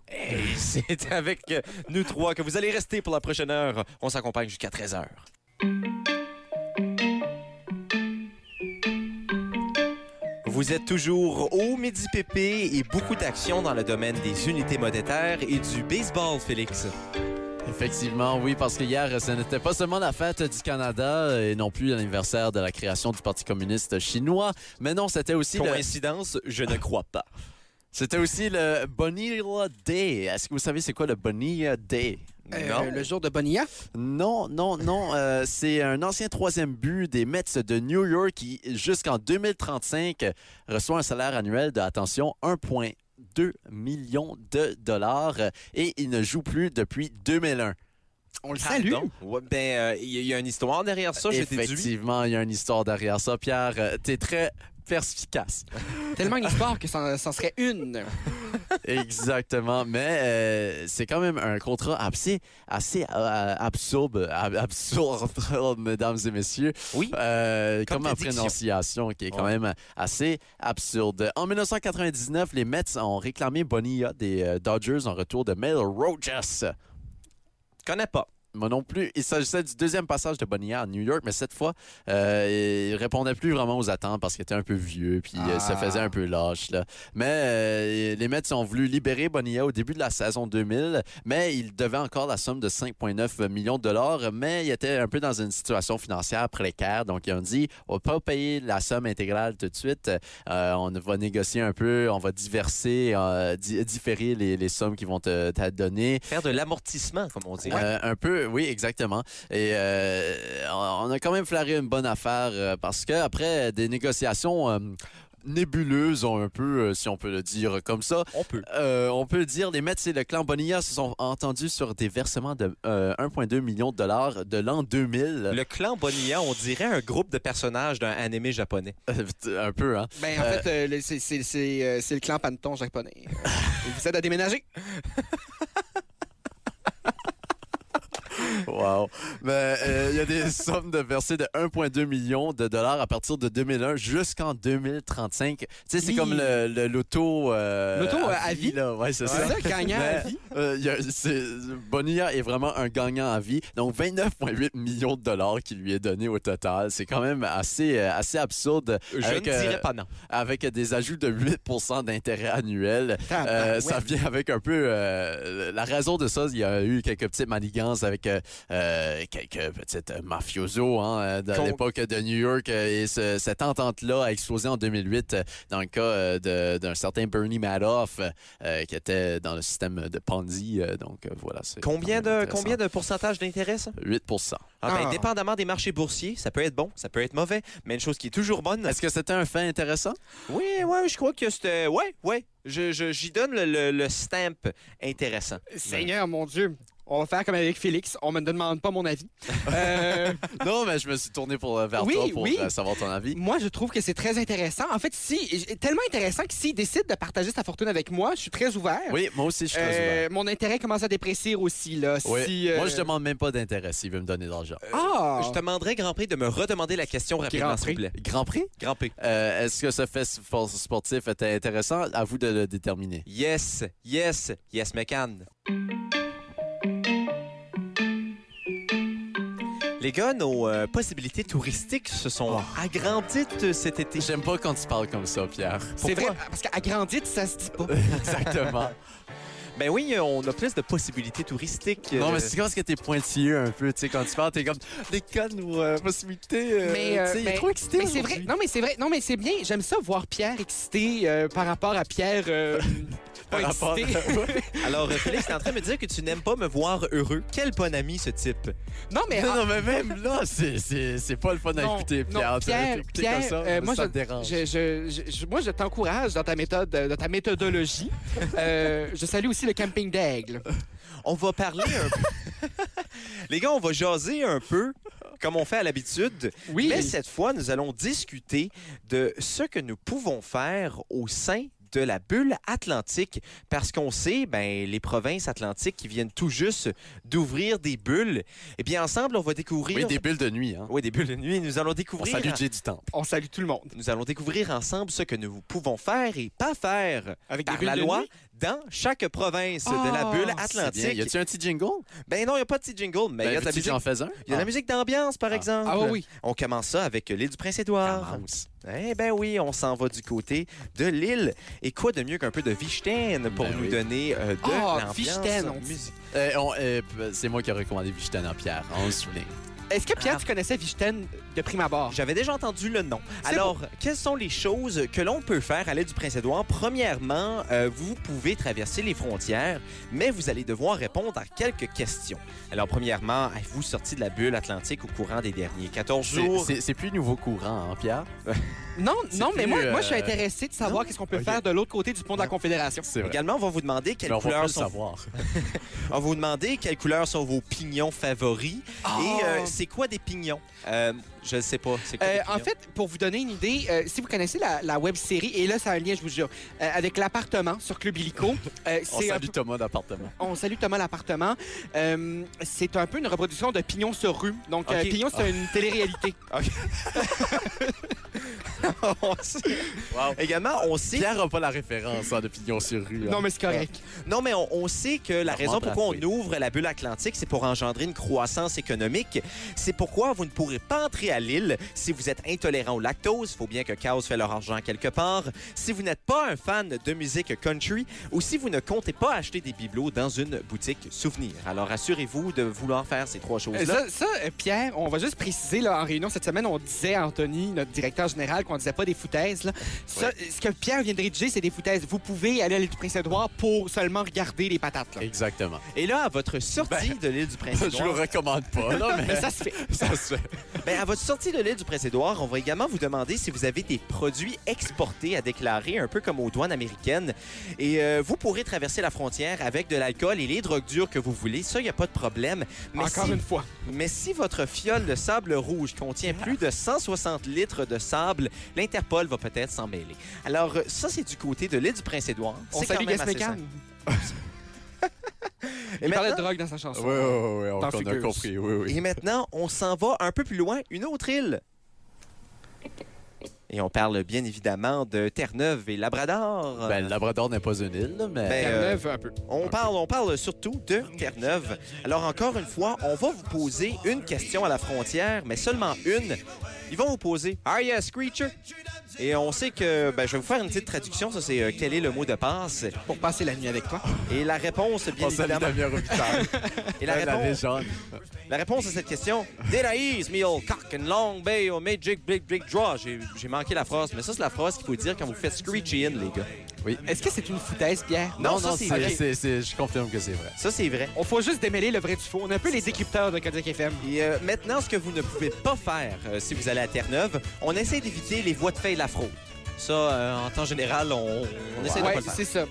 S1: Et c'est avec euh, nous trois que vous allez rester pour la prochaine heure. On s'accompagne jusqu'à 13h. Vous êtes toujours au Midi Pépé et beaucoup d'actions dans le domaine des unités monétaires et du baseball, Félix.
S4: Effectivement, oui, parce que hier, ce n'était pas seulement la fête du Canada et non plus l'anniversaire de la création du Parti communiste chinois, mais non, c'était aussi le...
S1: Coïncidence, je ne crois pas.
S4: C'était aussi le Bonilla Day. Est-ce que vous savez c'est quoi le Bonilla Day?
S5: euh,
S1: non.
S5: le jour de Bonilla.
S4: Non, non, non. euh, c'est un ancien troisième but des Mets de New York qui, jusqu'en 2035, euh, reçoit un salaire annuel de, attention, 1,2 million de dollars euh, et il ne joue plus depuis 2001.
S5: On le salue.
S1: Pardon? Ouais, ben, euh, il y a- il y a une histoire derrière ça, j'ai déduit.
S4: Effectivement, il y a une histoire derrière ça. Pierre, euh, t'es très perspicace.
S5: Tellement une histoire que ça ça en serait une.
S4: Exactement, mais euh, c'est quand même un contrat assez, assez euh, absurde, ab- absurde, mesdames et messieurs.
S1: Oui.
S4: Euh,
S1: Comme
S4: comme
S1: ta
S4: ma
S1: diction.
S4: prononciation, qui est quand
S1: Ouais.
S4: même assez absurde. En 1999, les Mets ont réclamé Bonilla des euh, Dodgers en retour de Mel Rogers.
S1: Connais pas.
S4: Moi non plus. Il s'agissait du deuxième passage de Bonilla à New York, mais cette fois, euh, il répondait plus vraiment aux attentes parce qu'il était un peu vieux, puis euh, se
S5: Ah.
S4: faisait un peu lâche. Là. Mais euh, les Mets ont voulu libérer Bonilla au début de la saison 2000, mais il devait encore la somme de 5,9 millions de dollars, mais il était un peu dans une situation financière précaire, donc ils ont dit, on va pas payer la somme intégrale tout de suite, euh, on va négocier un peu, on va diverser, euh, di- différer les, les sommes qui vont te, te donner.
S1: Faire de l'amortissement, comme on dit.
S4: Euh, un peu, Deux, oui, exactement. Et euh, on on a quand même flairé une bonne affaire euh, parce que après des négociations euh, nébuleuses, un peu, euh, si on peut le dire comme ça,
S1: On peut.
S4: euh, on peut dire les Mets et le clan Bonilla se sont entendus sur des versements de euh, 1,2 million de dollars de l'an 2000.
S1: Le clan Bonilla, on dirait un groupe de personnages d'un animé japonais.
S4: un peu, hein?
S5: Ben, en fait, euh, le- c'est- c'est c'est, euh, c'est le clan Panton japonais. Euh, Il vous aide à déménager.
S4: Wow. Mais euh, il y a des sommes de versées de 1,2 million de dollars à partir de 2001 jusqu'en 2035. Tu sais, c'est
S5: Hi.
S4: comme le, le- l'auto. euh,
S5: L'auto, euh, à vie.
S4: là. Ouais, c'est
S5: C'est
S4: ça.
S5: ça, gagnant à
S4: Mais,
S5: vie.
S4: euh, il y a- c'est- Bonilla est vraiment un gagnant à vie. Donc 29,8 millions de dollars qui lui est donné au total. C'est quand même assez, euh, assez absurde
S1: Je
S4: Avec,
S1: ne
S4: euh,
S1: dirais pas non.
S4: avec des ajouts de 8 d'intérêt annuel. Euh,
S5: Tabarouette.
S4: ça vient avec un peu euh, la raison de ça. Il y a eu quelques petites manigances avec euh, euh, quelques petites euh, mafiosos hein, euh, dans
S5: Con-
S4: l'époque de New York. euh, Et ce- cette entente-là a explosé en 2008 euh, dans le cas euh, de- d'un certain Bernie Madoff euh, qui était dans le système de Ponzi. euh, donc euh, voilà. c'est
S1: Combien
S4: quand même
S1: de,
S4: intéressant.
S1: combien de pourcentage d'intérêt, ça?
S4: 8
S1: Ah, ben,
S5: Ah.
S1: Dépendamment des marchés boursiers, ça peut être bon, ça peut être mauvais, mais une chose qui est toujours bonne.
S4: Est-ce que c'était un fait intéressant?
S1: Oui, oui, je crois que c'était. Ouais, ouais. Je- je- J'y donne le, le- le stamp intéressant.
S4: ben.
S5: Seigneur, mon Dieu. On va faire comme avec Félix. On me demande pas mon avis. Euh,
S4: non, mais je me suis tourné pour, vers
S5: Oui,
S4: toi pour
S5: oui.
S4: euh, savoir ton avis.
S5: moi, je trouve que c'est très intéressant. En fait, si tellement intéressant que s'il décide de partager sa fortune avec moi, je suis très ouvert.
S4: Oui, moi aussi, je suis
S5: Euh,
S4: très ouvert.
S5: mon intérêt commence à déprécier aussi là.
S4: Oui.
S5: Si, euh,
S4: Moi, je demande même pas d'intérêt s'il veut me donner de l'argent.
S5: Ah.
S1: Je te demanderai, Grand Prix, de me redemander la question rapidement,
S5: Grand
S1: s'il vous plaît.
S4: Grand Prix?
S1: Grand Prix.
S4: Euh, Est-ce que ce fait spor- sportif était intéressant? À vous de le déterminer.
S1: Yes, yes, yes, McCann. Les gars, nos euh, possibilités touristiques se sont
S5: Ah.
S1: agrandies euh, cet été.
S4: J'aime pas quand tu parles comme ça, Pierre.
S5: C'est vrai parce qu'agrandir, ça se dit pas.
S4: Exactement.
S1: Ben oui, euh, on a plus de possibilités touristiques.
S4: non, mais
S1: euh,
S4: c'est quand que t'es pointilleux un peu, tu sais, quand tu parles, t'es comme des connes ou euh, possibilités. euh,
S5: Mais, euh,
S4: tu sais, il est
S5: mais-
S4: trop excité.
S5: Mais c'est vrai.
S4: aujourd'hui.
S5: Non, mais c'est vrai. Non, mais c'est bien. J'aime ça voir Pierre excité euh, par rapport à Pierre. euh, pas
S4: Par rapport-
S5: excité.
S1: Alors, euh, Félix, t'es en train de me dire que tu n'aimes pas me voir heureux. Quel bon ami, ce type.
S5: non, mais ah,
S4: Non, non, mais même là, c'est- c'est c'est pas le fun à
S5: Non,
S4: écouter,
S5: non,
S4: Pierre.
S5: Pierre,
S4: T'es- t'es
S5: Pierre,
S4: comme ça,
S5: euh, moi,
S4: ça me dérange.
S5: Je, je- je- je- moi, je t'encourage dans ta méthode, euh, dans ta méthodologie. Euh, je salue aussi le camping d'aigle.
S1: On va parler un peu. Les gars, on va jaser un peu, comme on fait à l'habitude.
S5: Oui.
S1: Mais cette fois, nous allons discuter de ce que nous pouvons faire au sein de la bulle atlantique, parce qu'on sait, ben, les provinces atlantiques qui viennent tout juste d'ouvrir des bulles. Eh bien, ensemble, on va découvrir...
S4: Oui, des bulles de nuit, hein.
S1: Oui, des bulles de nuit. Nous allons
S4: On
S1: découvrir...
S5: euh,
S4: salue Jay du Temple.
S5: On salue tout le monde.
S1: Nous allons découvrir ensemble ce que nous pouvons faire et pas faire
S5: Avec
S1: par la loi dans chaque province de la
S5: Ah,
S1: bulle
S4: C'est bien. Y
S1: atlantique.
S4: a-tu un petit jingle?
S1: Ben non, il n'y a pas de petit jingle, mais il y a de la
S4: veux-tu que
S1: musique.
S4: j'en fais un?
S1: Il y a de la musique d'ambiance, par
S4: Ah.
S1: exemple.
S5: Ah oui.
S1: On commence ça avec l'île du
S4: Ah,
S1: Prince-Édouard.
S4: mince.
S1: Eh ben oui, on s'en va du côté de l'île. Et quoi de mieux qu'un peu de Vichten pour
S4: Ben
S1: nous
S4: oui.
S1: donner euh, de
S5: Ah,
S1: l'ambiance
S5: Vichten, on dit.
S1: musicale.
S4: Euh, on- euh, c'est moi qui ai recommandé Vichten en Pierre, on se souvient.
S5: Est-ce que Pierre,
S1: Ah.
S5: tu connaissais Vichten de prime abord?
S1: J'avais déjà entendu le nom.
S5: C'est
S1: Alors, quelles sont les choses que l'on peut faire à l'aide du Prince-Édouard? Premièrement, euh, vous pouvez traverser les frontières, mais vous allez devoir répondre à quelques questions. Alors, premièrement, êtes-vous sorti de la bulle atlantique au courant des derniers 14
S4: C'est-
S1: jours?
S4: C'est c'est plus nouveau courant, hein, Pierre?
S5: Non, non, mais
S4: plus,
S5: moi,
S4: euh,
S5: moi, je suis intéressé de savoir qu'est-ce qu'on peut
S4: Ok.
S5: faire de l'autre côté du pont de la Confédération.
S4: C'est vrai.
S1: Également, on va vous demander
S4: Mais
S1: quelles
S4: on va
S1: couleurs
S4: plus
S1: sont...
S4: savoir.
S1: On va vous demander quelles couleurs sont vos pignons favoris. Et euh,
S5: Ah.
S1: c'est quoi des pignons? Euh, je ne sais pas. C'est quoi
S5: Euh,
S1: des
S5: en
S1: pignons?
S5: fait, pour vous donner une idée, euh, si vous connaissez la, la web série, et là, ça a un lien, je vous jure, euh, avec l'appartement sur Club Illico, euh,
S4: On
S5: c'est un
S4: salue Thomas d'appartement.
S5: On salue Thomas l'appartement. Euh, c'est un peu une reproduction de Pignon sur rue. Donc,
S1: Ok.
S5: euh, Pignon, c'est une télé-réalité.
S1: On sait- Également, on sait...
S4: Pierre n'a pas la référence hein, de Pignon sur rue. hein.
S5: non, mais c'est correct.
S1: Non, mais on, on sait que la
S4: Normand
S1: raison pourquoi on
S4: Brathwaite.
S1: ouvre la bulle atlantique, c'est pour engendrer une croissance économique. C'est pourquoi vous ne pourrez pas entrer à l'île si vous êtes intolérant au lactose. Faut bien que Chaos fait leur argent quelque part. Si vous n'êtes pas un fan de musique country ou si vous ne comptez pas acheter des bibelots dans une boutique souvenir. Alors assurez-vous de vouloir faire ces trois
S5: Euh,
S1: choses-là.
S5: Ça, ça, euh, Pierre, on va juste préciser, là, en réunion cette semaine, on disait à Anthony, notre directeur général, qu'on disait pas des foutaises. là. Ça, Ce que Pierre vient de rédiger, c'est des foutaises. Vous pouvez aller à l'île du Prince-Édouard pour seulement regarder les patates. là.
S4: Exactement.
S1: Et là, à votre sortie de l'île du
S4: Ben, Je le
S1: Prince-Édouard,
S4: recommande pas, là, mais
S5: Mais ça se fait.
S4: ça se fait.
S1: ben, à votre sortie de l'île du Prince-Édouard, on va également vous demander si vous avez des produits exportés à déclarer, un peu comme aux douanes américaines. Et euh, vous pourrez traverser la frontière avec de l'alcool et les drogues dures que vous voulez. Ça, il n'y a pas de problème. Mais
S5: Encore
S1: si-
S5: une fois.
S1: Mais si votre fiole de sable rouge contient plus de 160 litres de sable, l'Interpol va peut-être s'en mêler. Alors, euh, ça, c'est du côté de l'île du Prince-Édouard.
S5: On
S1: C'est quand
S5: salue
S1: même
S5: Gas
S1: assez
S5: Mécan.
S1: simple. Et
S5: Il parlait de
S1: maintenant-
S5: drogue dans sa chanson.
S4: Oui, oui, oui, on,
S5: T'en
S4: on a
S5: figures.
S4: compris. Oui, oui.
S1: Et maintenant, on s'en va un peu plus loin, une autre île. Et on parle bien évidemment de Terre-Neuve et Labrador.
S4: Ben, le Labrador n'est pas une île, mais...
S1: Ben, euh,
S5: Terre-Neuve, un peu.
S1: on, parle, on parle surtout de Terre-Neuve. Alors encore une fois, on va vous poser une question à la frontière, mais seulement une. Ils vont vous poser Are you a screecher? Et on sait que ben, je vais vous faire une petite traduction, ça c'est euh, quel est le mot de passe.
S5: Pour passer la nuit avec toi.
S1: Et la réponse, bien
S4: on salue
S1: évidemment.
S4: Damien Robitaille.
S1: Et la
S4: Ouais, la
S1: réponse,
S4: légende.
S1: La réponse à cette question, Did I ease me old cock and long bay or magic big big draw? J'ai j'ai manqué la phrase, mais ça, c'est la phrase qu'il faut dire quand vous faites screechy in, les gars.
S5: Est-ce que c'est une foutaise, Pierre?
S1: Non, ça, c'est vrai.
S4: c'est- c'est- Je confirme que c'est vrai.
S1: Ça, c'est vrai.
S5: On faut juste démêler le vrai du faux. On est un peu les décrypteurs de Kodiak FM.
S1: Et euh, maintenant, ce que vous ne pouvez pas faire euh, si vous allez à Terre-Neuve, on essaie d'éviter les voies de fait et la fraude. Ça, euh, en temps général, on, on essaie de
S5: Ouais,
S1: pas le faire.
S5: c'est ça.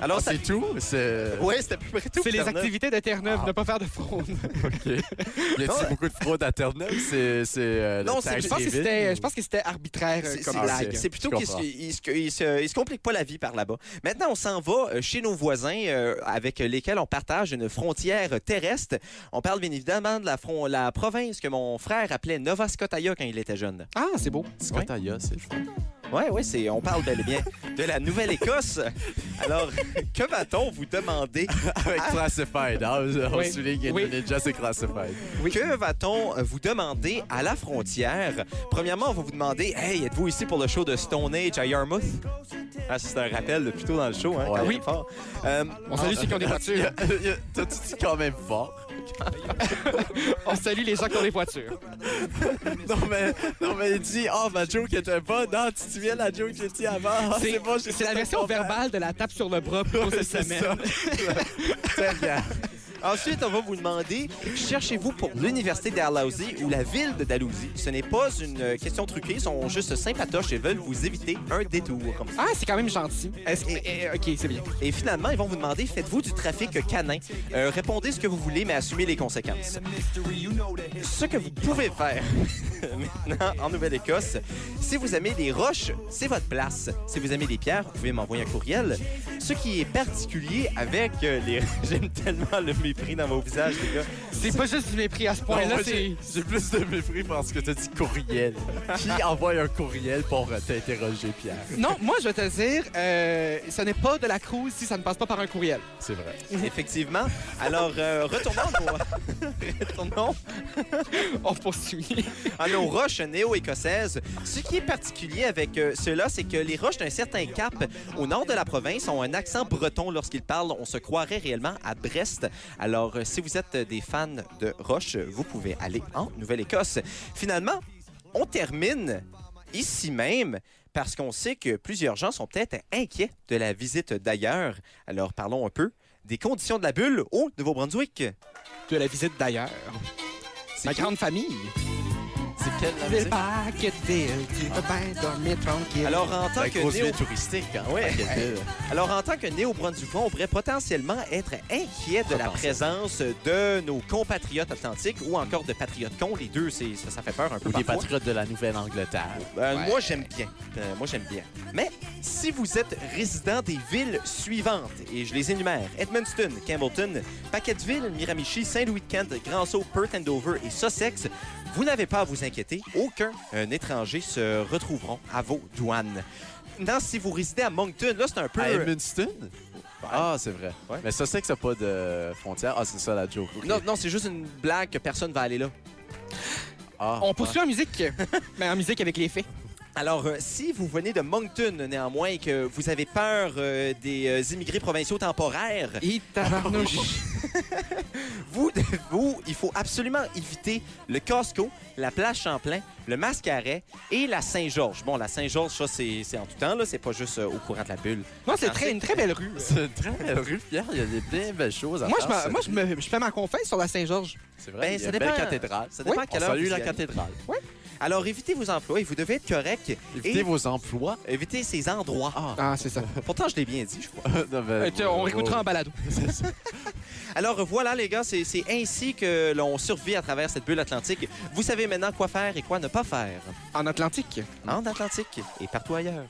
S1: Alors,
S4: Ah,
S1: ça...
S4: c'est tout? C'est...
S1: Ouais, c'était à peu près tout.
S5: C'est les
S1: Terre-Neuve.
S5: activités de Terre-Neuve, ne pas faire de fraude.
S4: OK. Y a-t-il
S1: Non,
S4: beaucoup de fraude à Terre-Neuve? C'est, c'est, euh, le
S1: Non, c'est-
S4: tax
S5: Je pense que
S4: haven
S5: c'était,
S4: ou-
S5: je pense que c'était arbitraire euh,
S1: C'est-
S5: comme
S1: c'est-
S5: blague.
S1: C'est plutôt
S4: Je
S1: qu'ils
S4: comprends.
S1: se, ils se- ils se- ils se compliquent pas la vie par là-bas. Maintenant, on s'en va euh, chez nos voisins euh, avec lesquels on partage une frontière terrestre. On parle bien évidemment de la, fron- la province que mon frère appelait Nova Scotia quand il était jeune.
S5: Ah, c'est beau.
S4: Scotia, c'est je crois.
S1: Oui, oui, on parle bel et bien de la Nouvelle-Écosse. Alors, que va-t-on vous demander?
S4: Avec Classified, hein? on
S5: Oui.
S4: souligne
S5: Oui.
S4: que Ninja, c'est Classified.
S1: Que va-t-on euh, vous demander à la frontière? Premièrement, on va vous demander, hey, êtes-vous ici pour le show de Stone Age à Yarmouth? Ah, c'est un rappel de plus tôt dans le show, hein, quand
S4: Ouais.
S1: même
S5: Oui.
S1: fort. Euh,
S5: On salue ceux qui ont des
S4: Il y
S5: voitures.
S4: a- il y a- T'as-tu dit quand même fort?
S5: On salue les gens qui ont des voitures.
S4: Non, mais, non, mais il dit, oh, ma joke était bonne. Non, tu te souviens de la joke que j'ai dit avant? Ah,
S5: C'est,
S4: bon, j'ai
S5: c'est la
S4: fait
S5: version
S4: comprendre.
S5: verbale de la tape sur le bras pour cette
S4: C'est
S5: semaine.
S4: ça. Très bien.
S1: Ensuite, on va vous demander, cherchez-vous pour l'Université d'Dalhousie ou la ville de Dalhousie? Ce n'est pas une euh, question truquée, ils sont juste sympatoches et veulent vous éviter un détour.
S5: Ah, c'est quand même gentil. Est-ce que- eh, eh, ok, c'est bien.
S1: Et finalement, ils vont vous demander, faites-vous du trafic canin? Euh, répondez ce que vous voulez, mais assumez les conséquences. Ce que vous pouvez faire maintenant en Nouvelle-Écosse, si vous aimez des roches, c'est votre place. Si vous aimez des pierres, vous pouvez m'envoyer un courriel. Ce qui est particulier avec euh, les... J'aime tellement le mépris dans vos visages, les gars.
S5: C'est pas juste du mépris à ce
S4: Non,
S5: point-là.
S4: moi,
S5: c'est...
S4: j'ai- J'ai plus de mépris parce que t'as dit courriel. Qui envoie un courriel pour euh, t'interroger, Pierre?
S5: Non, moi, je vais te dire, euh, ce n'est pas de la cruise si ça ne passe pas par un courriel.
S4: C'est vrai.
S1: Effectivement. Alors, euh, retournons, au- retournons
S5: On poursuit.
S1: à nos roches néo-écossaises. Ce qui est particulier avec euh, ceux-là, c'est que les roches d'un certain cap au nord de la province ont un accent breton lorsqu'ils parlent. On se croirait réellement à Brest. Alors, euh, si vous êtes des fans de roches, vous pouvez aller en Nouvelle-Écosse. Finalement, on termine ici même parce qu'on sait que plusieurs gens sont peut-être inquiets de la visite d'ailleurs. Alors, parlons un peu des conditions de la bulle au Nouveau-Brunswick.
S5: De la visite d'ailleurs.
S1: C'est
S5: Ma
S1: qui?
S5: grande famille.
S4: C'est quelle la
S5: Ville
S4: musique?
S5: pas que t'es, tu peux bien dormir tranquille.
S1: Alors, en tant
S4: La
S1: que
S4: grosse
S1: néo...
S4: ville touristique, hein?
S1: Ouais.
S4: Paquetville.
S1: Alors, en tant que néo-brunswickois, on pourrait potentiellement être inquiet de la présence de nos compatriotes authentiques ou encore de patriotes cons. Les deux, c'est- ça, ça fait peur un peu
S4: Ou des
S1: parfois.
S4: patriotes de la Nouvelle-Angleterre.
S1: Euh,
S5: Ouais.
S1: Moi, j'aime bien. Euh, moi, j'aime bien. Mais si vous êtes résident des villes suivantes, et je les énumère, Edmundston, Campbellton, Paquetteville, Miramichi, Saint-Louis-de-Kent, Grand-Sault, Perth Andover et Sussex, vous n'avez pas à vous inquiéter. Aucun euh, étranger se retrouveront à vos douanes. Maintenant, si vous résidez à Moncton, là, c'est un peu...
S4: À Edmundston? Ah, c'est vrai.
S1: Ouais.
S4: Mais ça, c'est que ça n'a pas de frontière. Ah, c'est ça la joke. ok.
S1: Non, non, c'est juste une blague que personne va aller là. Ah.
S4: Ah,
S5: On poursuit en musique, mais en musique avec les faits.
S1: Alors, euh, si vous venez de Moncton, néanmoins, et que vous avez peur euh, des euh, immigrés provinciaux temporaires,
S5: Et tabarnouche.
S1: vous, vous, il faut absolument éviter le Costco, la plage Champlain, le Mascaret et la Saint-Georges. Bon, la Saint-Georges, ça, c'est c'est en tout temps, là. C'est pas juste euh, au courant de la bulle.
S5: Non, c'est très- une très belle rue.
S4: C'est une très belle rue, Pierre. Il y a des bien belles choses à
S5: Moi, je,
S4: faire.
S5: me- moi, je me- je fais ma confesse sur la Saint-Georges.
S4: C'est vrai,
S1: Ben,
S4: il y
S1: ça
S4: a une belle
S1: dépend.
S4: cathédrale.
S1: Ça dépend
S4: Oui,
S1: à quelle
S4: on
S1: heure
S4: salue
S1: vous
S4: la
S1: y allez.
S4: cathédrale.
S1: Alors, évitez vos emplois et vous devez être correct.
S4: Évitez
S1: Et-
S4: vos emplois.
S1: Évitez ces endroits.
S5: Ah, c'est ça.
S1: Pourtant, je l'ai bien dit, je crois.
S4: Non, ben,
S5: Euh, on
S4: oh,
S5: réécoutera en balado.
S1: Alors voilà, les gars, c'est c'est ainsi que l'on survit à travers cette bulle atlantique. Vous savez maintenant quoi faire et quoi ne pas faire
S5: En Atlantique.
S1: en Atlantique et partout ailleurs.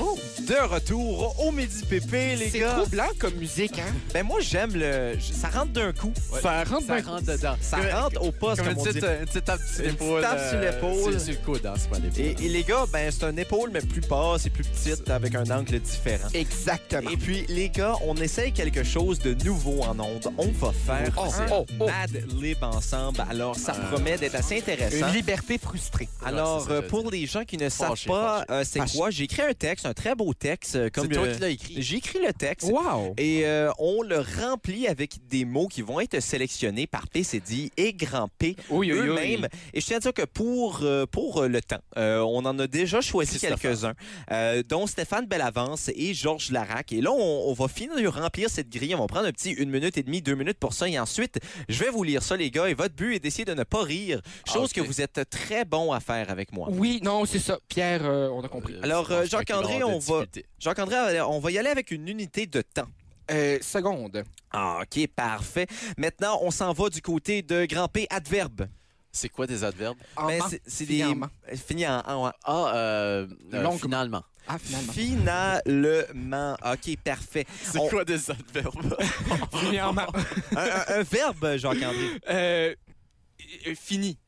S4: Oh, De retour au Midi Pépé, les
S5: C'est
S4: gars.
S5: trop blanc comme musique, hein?
S1: Ben moi, j'aime le... j- Ça rentre d'un coup.
S4: Ça
S5: rentre
S4: Ça
S5: bien.
S4: rentre dedans.
S1: Ça
S4: Comme-
S1: rentre au poste,
S4: Comme
S1: comme,
S4: une
S1: on
S4: petite,
S1: dit.
S4: euh, une petite tape sur
S1: Une
S4: l'épaule.
S1: tape sur
S4: euh,
S1: l'épaule.
S4: C'est sur le coude, hein, c'est pas l'épaule.
S1: Et, et les gars, ben c'est un épaule, mais plus basse et plus petite, avec un angle différent.
S5: Exactement.
S1: Et puis, les gars, on essaye quelque chose de nouveau en onde. On va faire
S5: Oh,
S1: un
S5: oh, oh.
S1: Mad Lib ensemble. Alors, ça
S4: Euh,
S1: promet d'être assez
S5: Une
S1: intéressant.
S5: liberté frustrée.
S1: Alors,
S4: c'est ça,
S1: euh,
S4: je-
S1: pour les gens qui ne savent
S4: Fâché,
S1: pas euh, c'est
S5: Fâché.
S1: quoi, j'ai écrit un texte, un très beau texte. euh,
S4: C'est
S1: Comme
S4: toi
S1: euh,
S4: qui l'as écrit.
S1: J'ai écrit le texte.
S5: Wow!
S1: Et euh, on le remplit avec des mots qui vont être sélectionnés par PCD et Grand P
S5: Oui, oui, oui.
S1: eux-mêmes. Et je tiens à dire que pour, euh, pour euh, le temps, euh, on en a déjà choisi
S4: Christopher.
S1: quelques-uns, euh, dont Stéphane Bellavance et Georges Larac. Et là, on, on va finir de remplir cette grille. On va prendre un petit une minute et demie, deux minutes pour ça. Et ensuite, je vais vous lire ça, les gars. Et votre but est d'essayer de ne pas rire, chose
S4: ok.
S1: que vous êtes très bon à faire avec moi.
S5: Oui, non, c'est ça. Pierre, euh, on a compris.
S1: Alors, euh, Jacques-André, on va- Jacques-André, euh, on va y aller avec une unité de temps.
S5: Euh, seconde.
S1: Ah, OK, parfait. Maintenant, on s'en va du côté de Grand P adverbe.
S4: C'est quoi des adverbes?
S5: En
S1: Ben,
S5: man-
S1: c'est- c'est des.
S5: fini en man.
S1: Fini en. en- en-
S4: Ah, euh, euh,
S5: Longue-
S4: finalement.
S5: Ah, finalement.
S1: Finalement. OK, parfait.
S4: C'est
S1: On-
S4: quoi des adverbes?
S1: Un, un- un verbe, Jacques-André.
S5: Euh, euh, fini.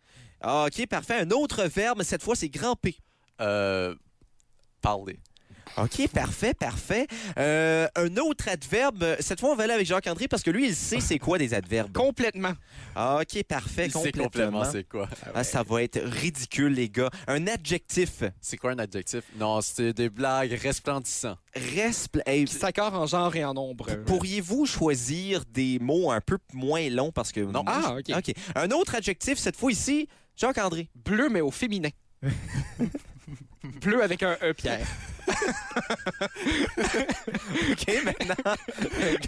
S1: Ah, OK, parfait. Un autre verbe, cette fois, c'est Grand P.
S4: euh, parler.
S1: OK, parfait, parfait. Euh, un autre adverbe, cette fois, on va aller avec Jacques-André parce que lui, il sait c'est quoi des adverbes.
S5: Complètement.
S1: Ah, OK, parfait,
S4: Il sait
S1: complètement.
S4: complètement c'est quoi.
S1: Ah, ça va être ridicule, les gars. Un adjectif.
S4: C'est quoi un adjectif? Non, c'est des blagues resplendissantes.
S1: Respl... hey,
S5: Qui s'accorde en genre et en nombre.
S1: Pourriez-vous choisir des mots un peu moins longs parce que non.
S5: Ah, OK.
S1: OK. Un autre adjectif cette fois ici, Jacques-André.
S5: Bleu, mais au féminin. Bleu avec un E, Pierre.
S1: OK, maintenant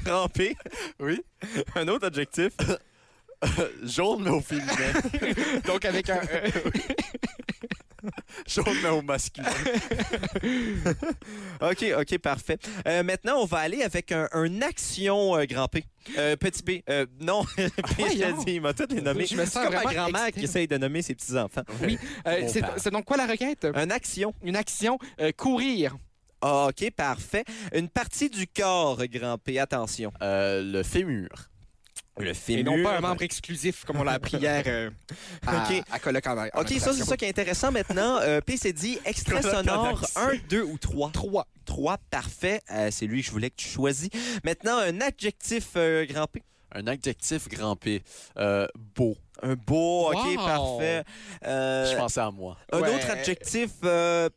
S1: grand P. Oui. Un autre adjectif.
S4: Jaune, mais au féminin.
S5: Donc avec un E.
S4: Jaune, mais au masculin.
S1: OK, OK, parfait. Euh, maintenant, on va aller avec un, un action euh, grand P. Euh, petit P. Euh, non, P, je
S5: voyons.
S1: l'ai dit, il m'a tout les nommé.
S5: Je me sens
S1: C'est comme ma
S5: vraiment
S1: grand-mère
S5: excité.
S1: qui essaye de nommer ses petits-enfants.
S5: Oui. Euh,
S4: Mon
S5: c'est
S4: père.
S5: c'est donc quoi la requête?
S1: Un action.
S5: Une action. euh, courir.
S1: Ah, OK, parfait. Une partie du corps, grand P, attention.
S4: Euh, le fémur.
S1: Le
S5: Et
S1: fémur.
S5: non pas un membre exclusif, comme on l'a appris hier euh, à,
S1: Ok.
S5: à Colloque en- en
S1: OK, ça, c'est
S5: administration.
S1: ça qui est intéressant maintenant. Euh, PCD, extrait sonore 1, 2 ou 3. 3. 3, parfait. Euh, c'est lui que je voulais que tu choisis. Maintenant, un adjectif euh, grand P.
S4: Un adjectif grand P. Euh, beau.
S1: Un beau, OK,
S5: Wow.
S1: parfait. Euh,
S4: Je pensais à moi.
S1: un
S5: Ouais.
S1: autre adjectif euh,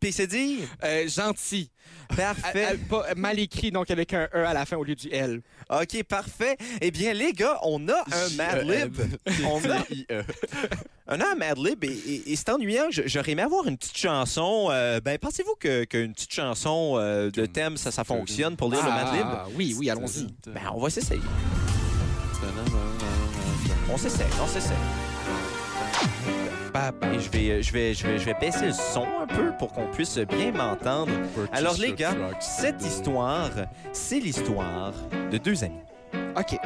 S1: PCD,
S5: Euh, gentil. À- à-
S1: parfait.
S5: pas- mal écrit, donc avec un E à la fin au lieu du L.
S1: OK, parfait. Eh bien, les gars, on a
S4: Euh,
S1: un Mad Lib. On a
S4: I-E.
S1: On a un Mad Lib et, et- et c'est ennuyant. Je- J'aurais aimé avoir une petite chanson. euh, ben, pensez-vous que- qu'une petite chanson euh, de thème, ça, ça fonctionne pour lire le Mad Lib?
S5: Ah, oui, oui,
S4: euh,
S5: allons-y.
S1: Ben, on va s'essayer. On s'essaie, on s'essaie. Et je vais, je, vais, je, vais, je vais baisser le son un peu pour qu'on puisse bien m'entendre. Alors, les gars, Cette histoire, c'est l'histoire de deux amis.
S5: OK.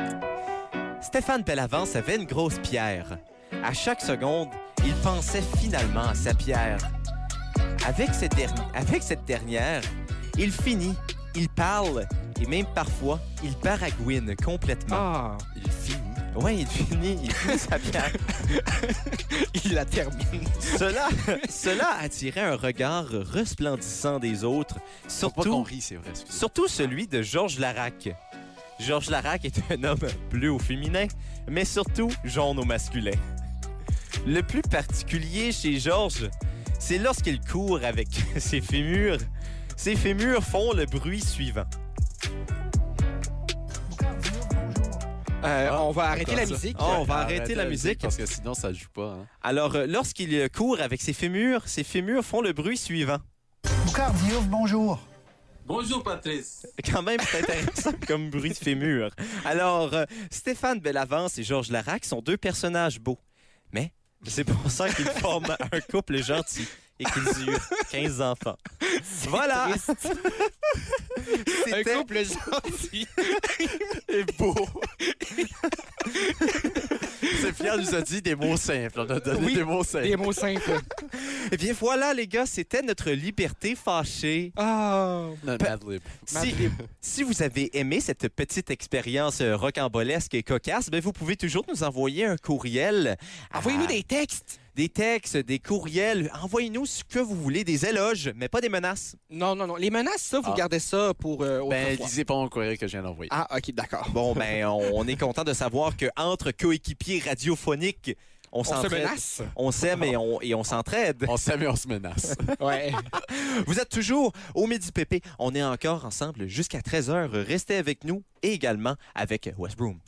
S1: Stéphane Bellavance avait une grosse pierre. À chaque seconde, il pensait finalement à sa pierre. Avec cette, derni- avec cette dernière, il finit, il parle et même parfois, il baragouine complètement.
S5: Ah,
S4: Il finit.
S1: Ouais, il finit, il finit sa pierre.
S5: il la termine.
S1: cela, cela attirait un regard resplendissant des autres,
S4: Faut pas qu'on
S1: surtout,
S4: rit, c'est vrai. excusez.
S1: surtout celui de Georges Larac. Georges Larac est un homme bleu au féminin, mais surtout jaune au masculin. Le plus particulier chez Georges, c'est lorsqu'il court avec ses fémurs. Ses fémurs font le bruit suivant.
S5: Euh,
S4: Ah,
S5: on va arrêter la
S4: ça.
S5: musique.
S1: Oh, on va arrêter la musique.
S4: Parce que sinon, ça joue pas. hein.
S1: Alors, euh, lorsqu'il euh, court avec ses fémurs, ses fémurs font le bruit suivant.
S9: Bonjour Patrice.
S1: Quand même, c'est intéressant comme bruit de fémur. Alors, euh, Stéphane Bellavance et Georges Larac sont deux personnages beaux. Mais c'est pour ça qu'ils forment un couple gentil et qu'ils eurent 15 enfants. Voilà!
S5: Un
S1: C'était
S5: couple gentil.
S1: beau.
S4: C'est Pierre nous a dit des mots simples. On a donné
S5: Oui.
S4: des mots simples.
S5: Des mots simples.
S1: Eh bien, voilà, les gars, c'était notre liberté fâchée.
S5: Ah.
S4: Notre ad-lib.
S1: Si, si vous avez aimé cette petite expérience euh, rocambolesque et cocasse, ben vous pouvez toujours nous envoyer un courriel. à-
S5: Envoyez-nous des textes.
S1: des textes, des courriels. Envoyez-nous ce que vous voulez, des éloges, mais pas des menaces.
S5: Non, non, non. Les menaces, ça, vous
S4: Ah.
S5: gardez ça pour euh,
S4: Ben,
S5: autrefois.
S4: lisez pas mon courriel que je viens d'envoyer.
S5: Ah, OK, d'accord.
S1: Bon, ben, on, on est content de savoir que entre coéquipiers radiophoniques, on,
S5: On se
S1: s'entraide.
S5: menace.
S1: On s'aime et on, et on s'entraide.
S4: On s'aime et on se menace.
S5: Ouais.
S1: Vous êtes toujours au Midi Pépé. On est encore ensemble jusqu'à 13h. Restez avec nous et également avec Westbroom.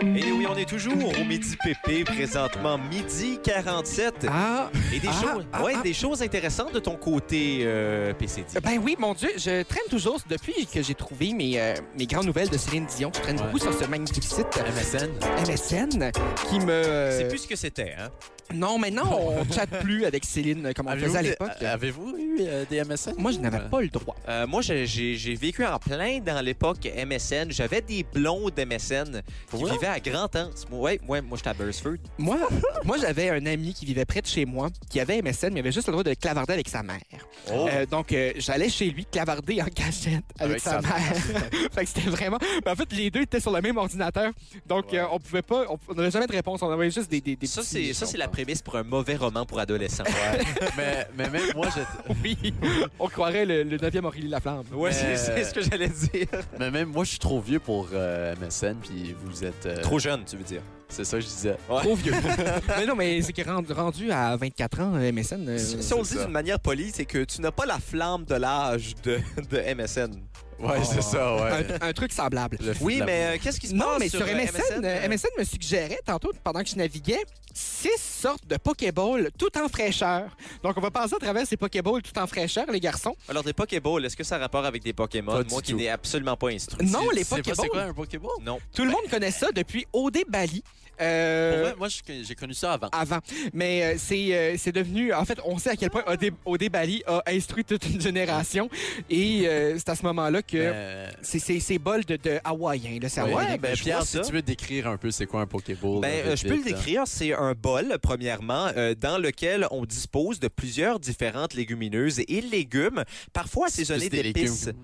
S1: Et oui, on est toujours au Midi Pépé, présentement midi 47.
S5: Ah.
S1: Et des,
S5: Ah,
S1: choses,
S5: ah,
S1: ouais,
S5: ah.
S1: des choses intéressantes de ton côté, euh, PCD.
S5: Ben oui, mon Dieu, je traîne toujours, depuis que j'ai trouvé mes, euh, mes grandes nouvelles de Céline Dion, je traîne
S4: Ouais.
S5: beaucoup sur ce magnifique site euh,
S4: MSN.
S5: MSN qui me...
S1: C'est
S5: euh,
S1: plus ce que c'était, hein?
S5: Non, maintenant, on chatte plus avec Céline euh, comme on
S4: Avez-vous
S5: faisait à
S4: des-
S5: l'époque.
S4: a- Avez-vous eu euh, des MSN?
S5: Moi, je n'avais
S4: Euh,
S5: pas le droit.
S1: Euh, moi, j'ai- j'ai j'ai vécu en plein dans l'époque MSN. J'avais des blondes MSN qui
S4: vrai?
S1: vivaient à Grand-Anse. Moi, ouais, ouais, moi, j'étais à Burstford.
S5: Moi, moi j'avais un ami qui vivait près de chez moi, qui avait MSN, mais avait juste le droit de clavarder avec sa mère. Euh, donc, euh, j'allais chez lui clavarder en cachette avec,
S4: Oh. Avec
S5: sa,
S4: sa
S5: mère. fait que c'était vraiment... Mais en fait, les deux étaient sur le même ordinateur, donc
S4: Ouais.
S5: euh, on pouvait pas... on- On n'avait jamais de réponse, on avait juste des... des, des
S1: Ça,
S5: petits-
S1: c'est ça, c'est la
S4: comprends.
S1: prémisse pour un mauvais roman pour adolescents.
S4: Oh, mais, mais même moi, j'étais-
S5: Oui, on croirait le, le 9e Aurélie Laflamme.
S1: Ouais, c'est-
S4: Euh,
S1: c'est ce que j'allais dire.
S4: mais même moi, je suis trop vieux pour euh, MSN, puis vous êtes... euh,
S1: Trop jeune, tu veux dire.
S4: C'est ça que je disais.
S5: Trop vieux. mais non, mais c'est que rendu, rendu à 24 ans, euh, MSN... euh,
S1: Si, si on le
S4: c'est
S1: dit
S4: ça.
S1: d'une manière polie, c'est que tu n'as pas la flamme de l'âge de, de MSN.
S4: Ouais, c'est ça, ouais.
S5: un, un truc semblable.
S4: Le-
S1: Oui,
S4: la-
S1: mais euh, qu'est-ce qui se passe
S5: Non, mais sur,
S1: euh,
S5: MSN, euh,
S1: euh,
S5: MSN me suggérait tantôt, pendant que je naviguais, six sortes de Pokéballs tout en fraîcheur. Donc, on va passer à travers ces Pokéballs tout en fraîcheur, les garçons.
S1: Alors, des Pokéballs, est-ce que ça a rapport avec des Pokémon?
S4: Pas du
S1: Moi qui
S4: tout.
S1: n'ai absolument pas instruit.
S5: Non,
S4: Tu-
S5: les
S4: tu sais pas
S5: Pokéballs.
S4: C'est quoi un Pokéball?
S1: Non.
S5: Tout le monde connaît ça depuis Odé Bali.
S4: Pour
S5: euh,
S4: vrai, moi, je- j'ai connu ça avant.
S5: avant. Mais euh, c'est euh, c'est devenu... En fait, on sait à quel point Odé, Odé Bali a instruit toute une génération. Et euh, c'est à ce moment-là que...
S4: Mais-
S5: C'est c'est- ces bols de, de hawaïen, là, c'est
S4: Ouais,
S5: hawaïen.
S1: ben,
S4: mais
S1: je
S4: Pierre,
S1: vois
S4: si
S1: ça.
S4: tu veux décrire un peu c'est quoi un Pokéball?
S1: Ben,
S4: là,
S1: euh, je peux le
S4: vite, là.
S1: décrire. C'est un bol, premièrement, euh, dans lequel on dispose de plusieurs différentes légumineuses et légumes, parfois assaisonnés
S4: hein, Juste des
S1: d'épices.
S4: légumes.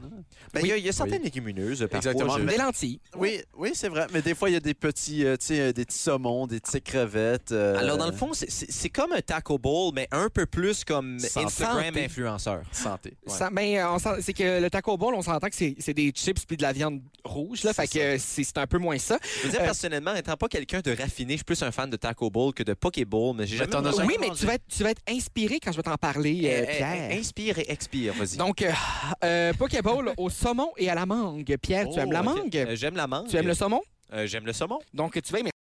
S1: Ben, il y a- il y, a certaines
S4: Oui.
S1: légumineuses, euh, parfois.
S4: Exactement,
S1: je-
S5: Des lentilles.
S4: Oui, oui, c'est vrai. Mais des fois, il y a des petits, euh, tu sais, euh, des petits saumons, des petites crevettes. euh,
S1: Alors, dans le fond, c'est- c'est c'est comme un taco bowl, mais un peu plus comme
S4: Santé.
S1: Instagram
S4: Santé.
S1: influenceur.
S4: Santé. ouais.
S5: Ça- ben, euh, on sent- c'est que le taco ball, on s'entend que c'est c'est des chips puis de la viande rouge, là, fait que euh, c'est c'est un peu moins ça.
S1: Je veux dire,
S5: Euh,
S1: personnellement, étant pas quelqu'un de raffiné, je suis plus un fan de taco bowl que de Pokébowl, mais j'ai
S4: Mais
S1: jamais...
S4: t'en as
S1: mangé.
S5: oui, mais tu vas, être, tu vas être inspiré quand je vais t'en parler,
S1: Eh,
S5: euh,
S1: eh,
S5: Pierre.
S1: eh, Inspire et expire, vas-y.
S5: Donc, euh, euh, Pokéball au saumon et à la mangue. Pierre, tu
S4: Oh,
S5: aimes la
S4: ok.
S5: mangue?
S1: Euh, J'aime la mangue.
S5: Tu aimes le saumon?
S1: Euh, J'aime le saumon.
S5: Donc, tu vas aimer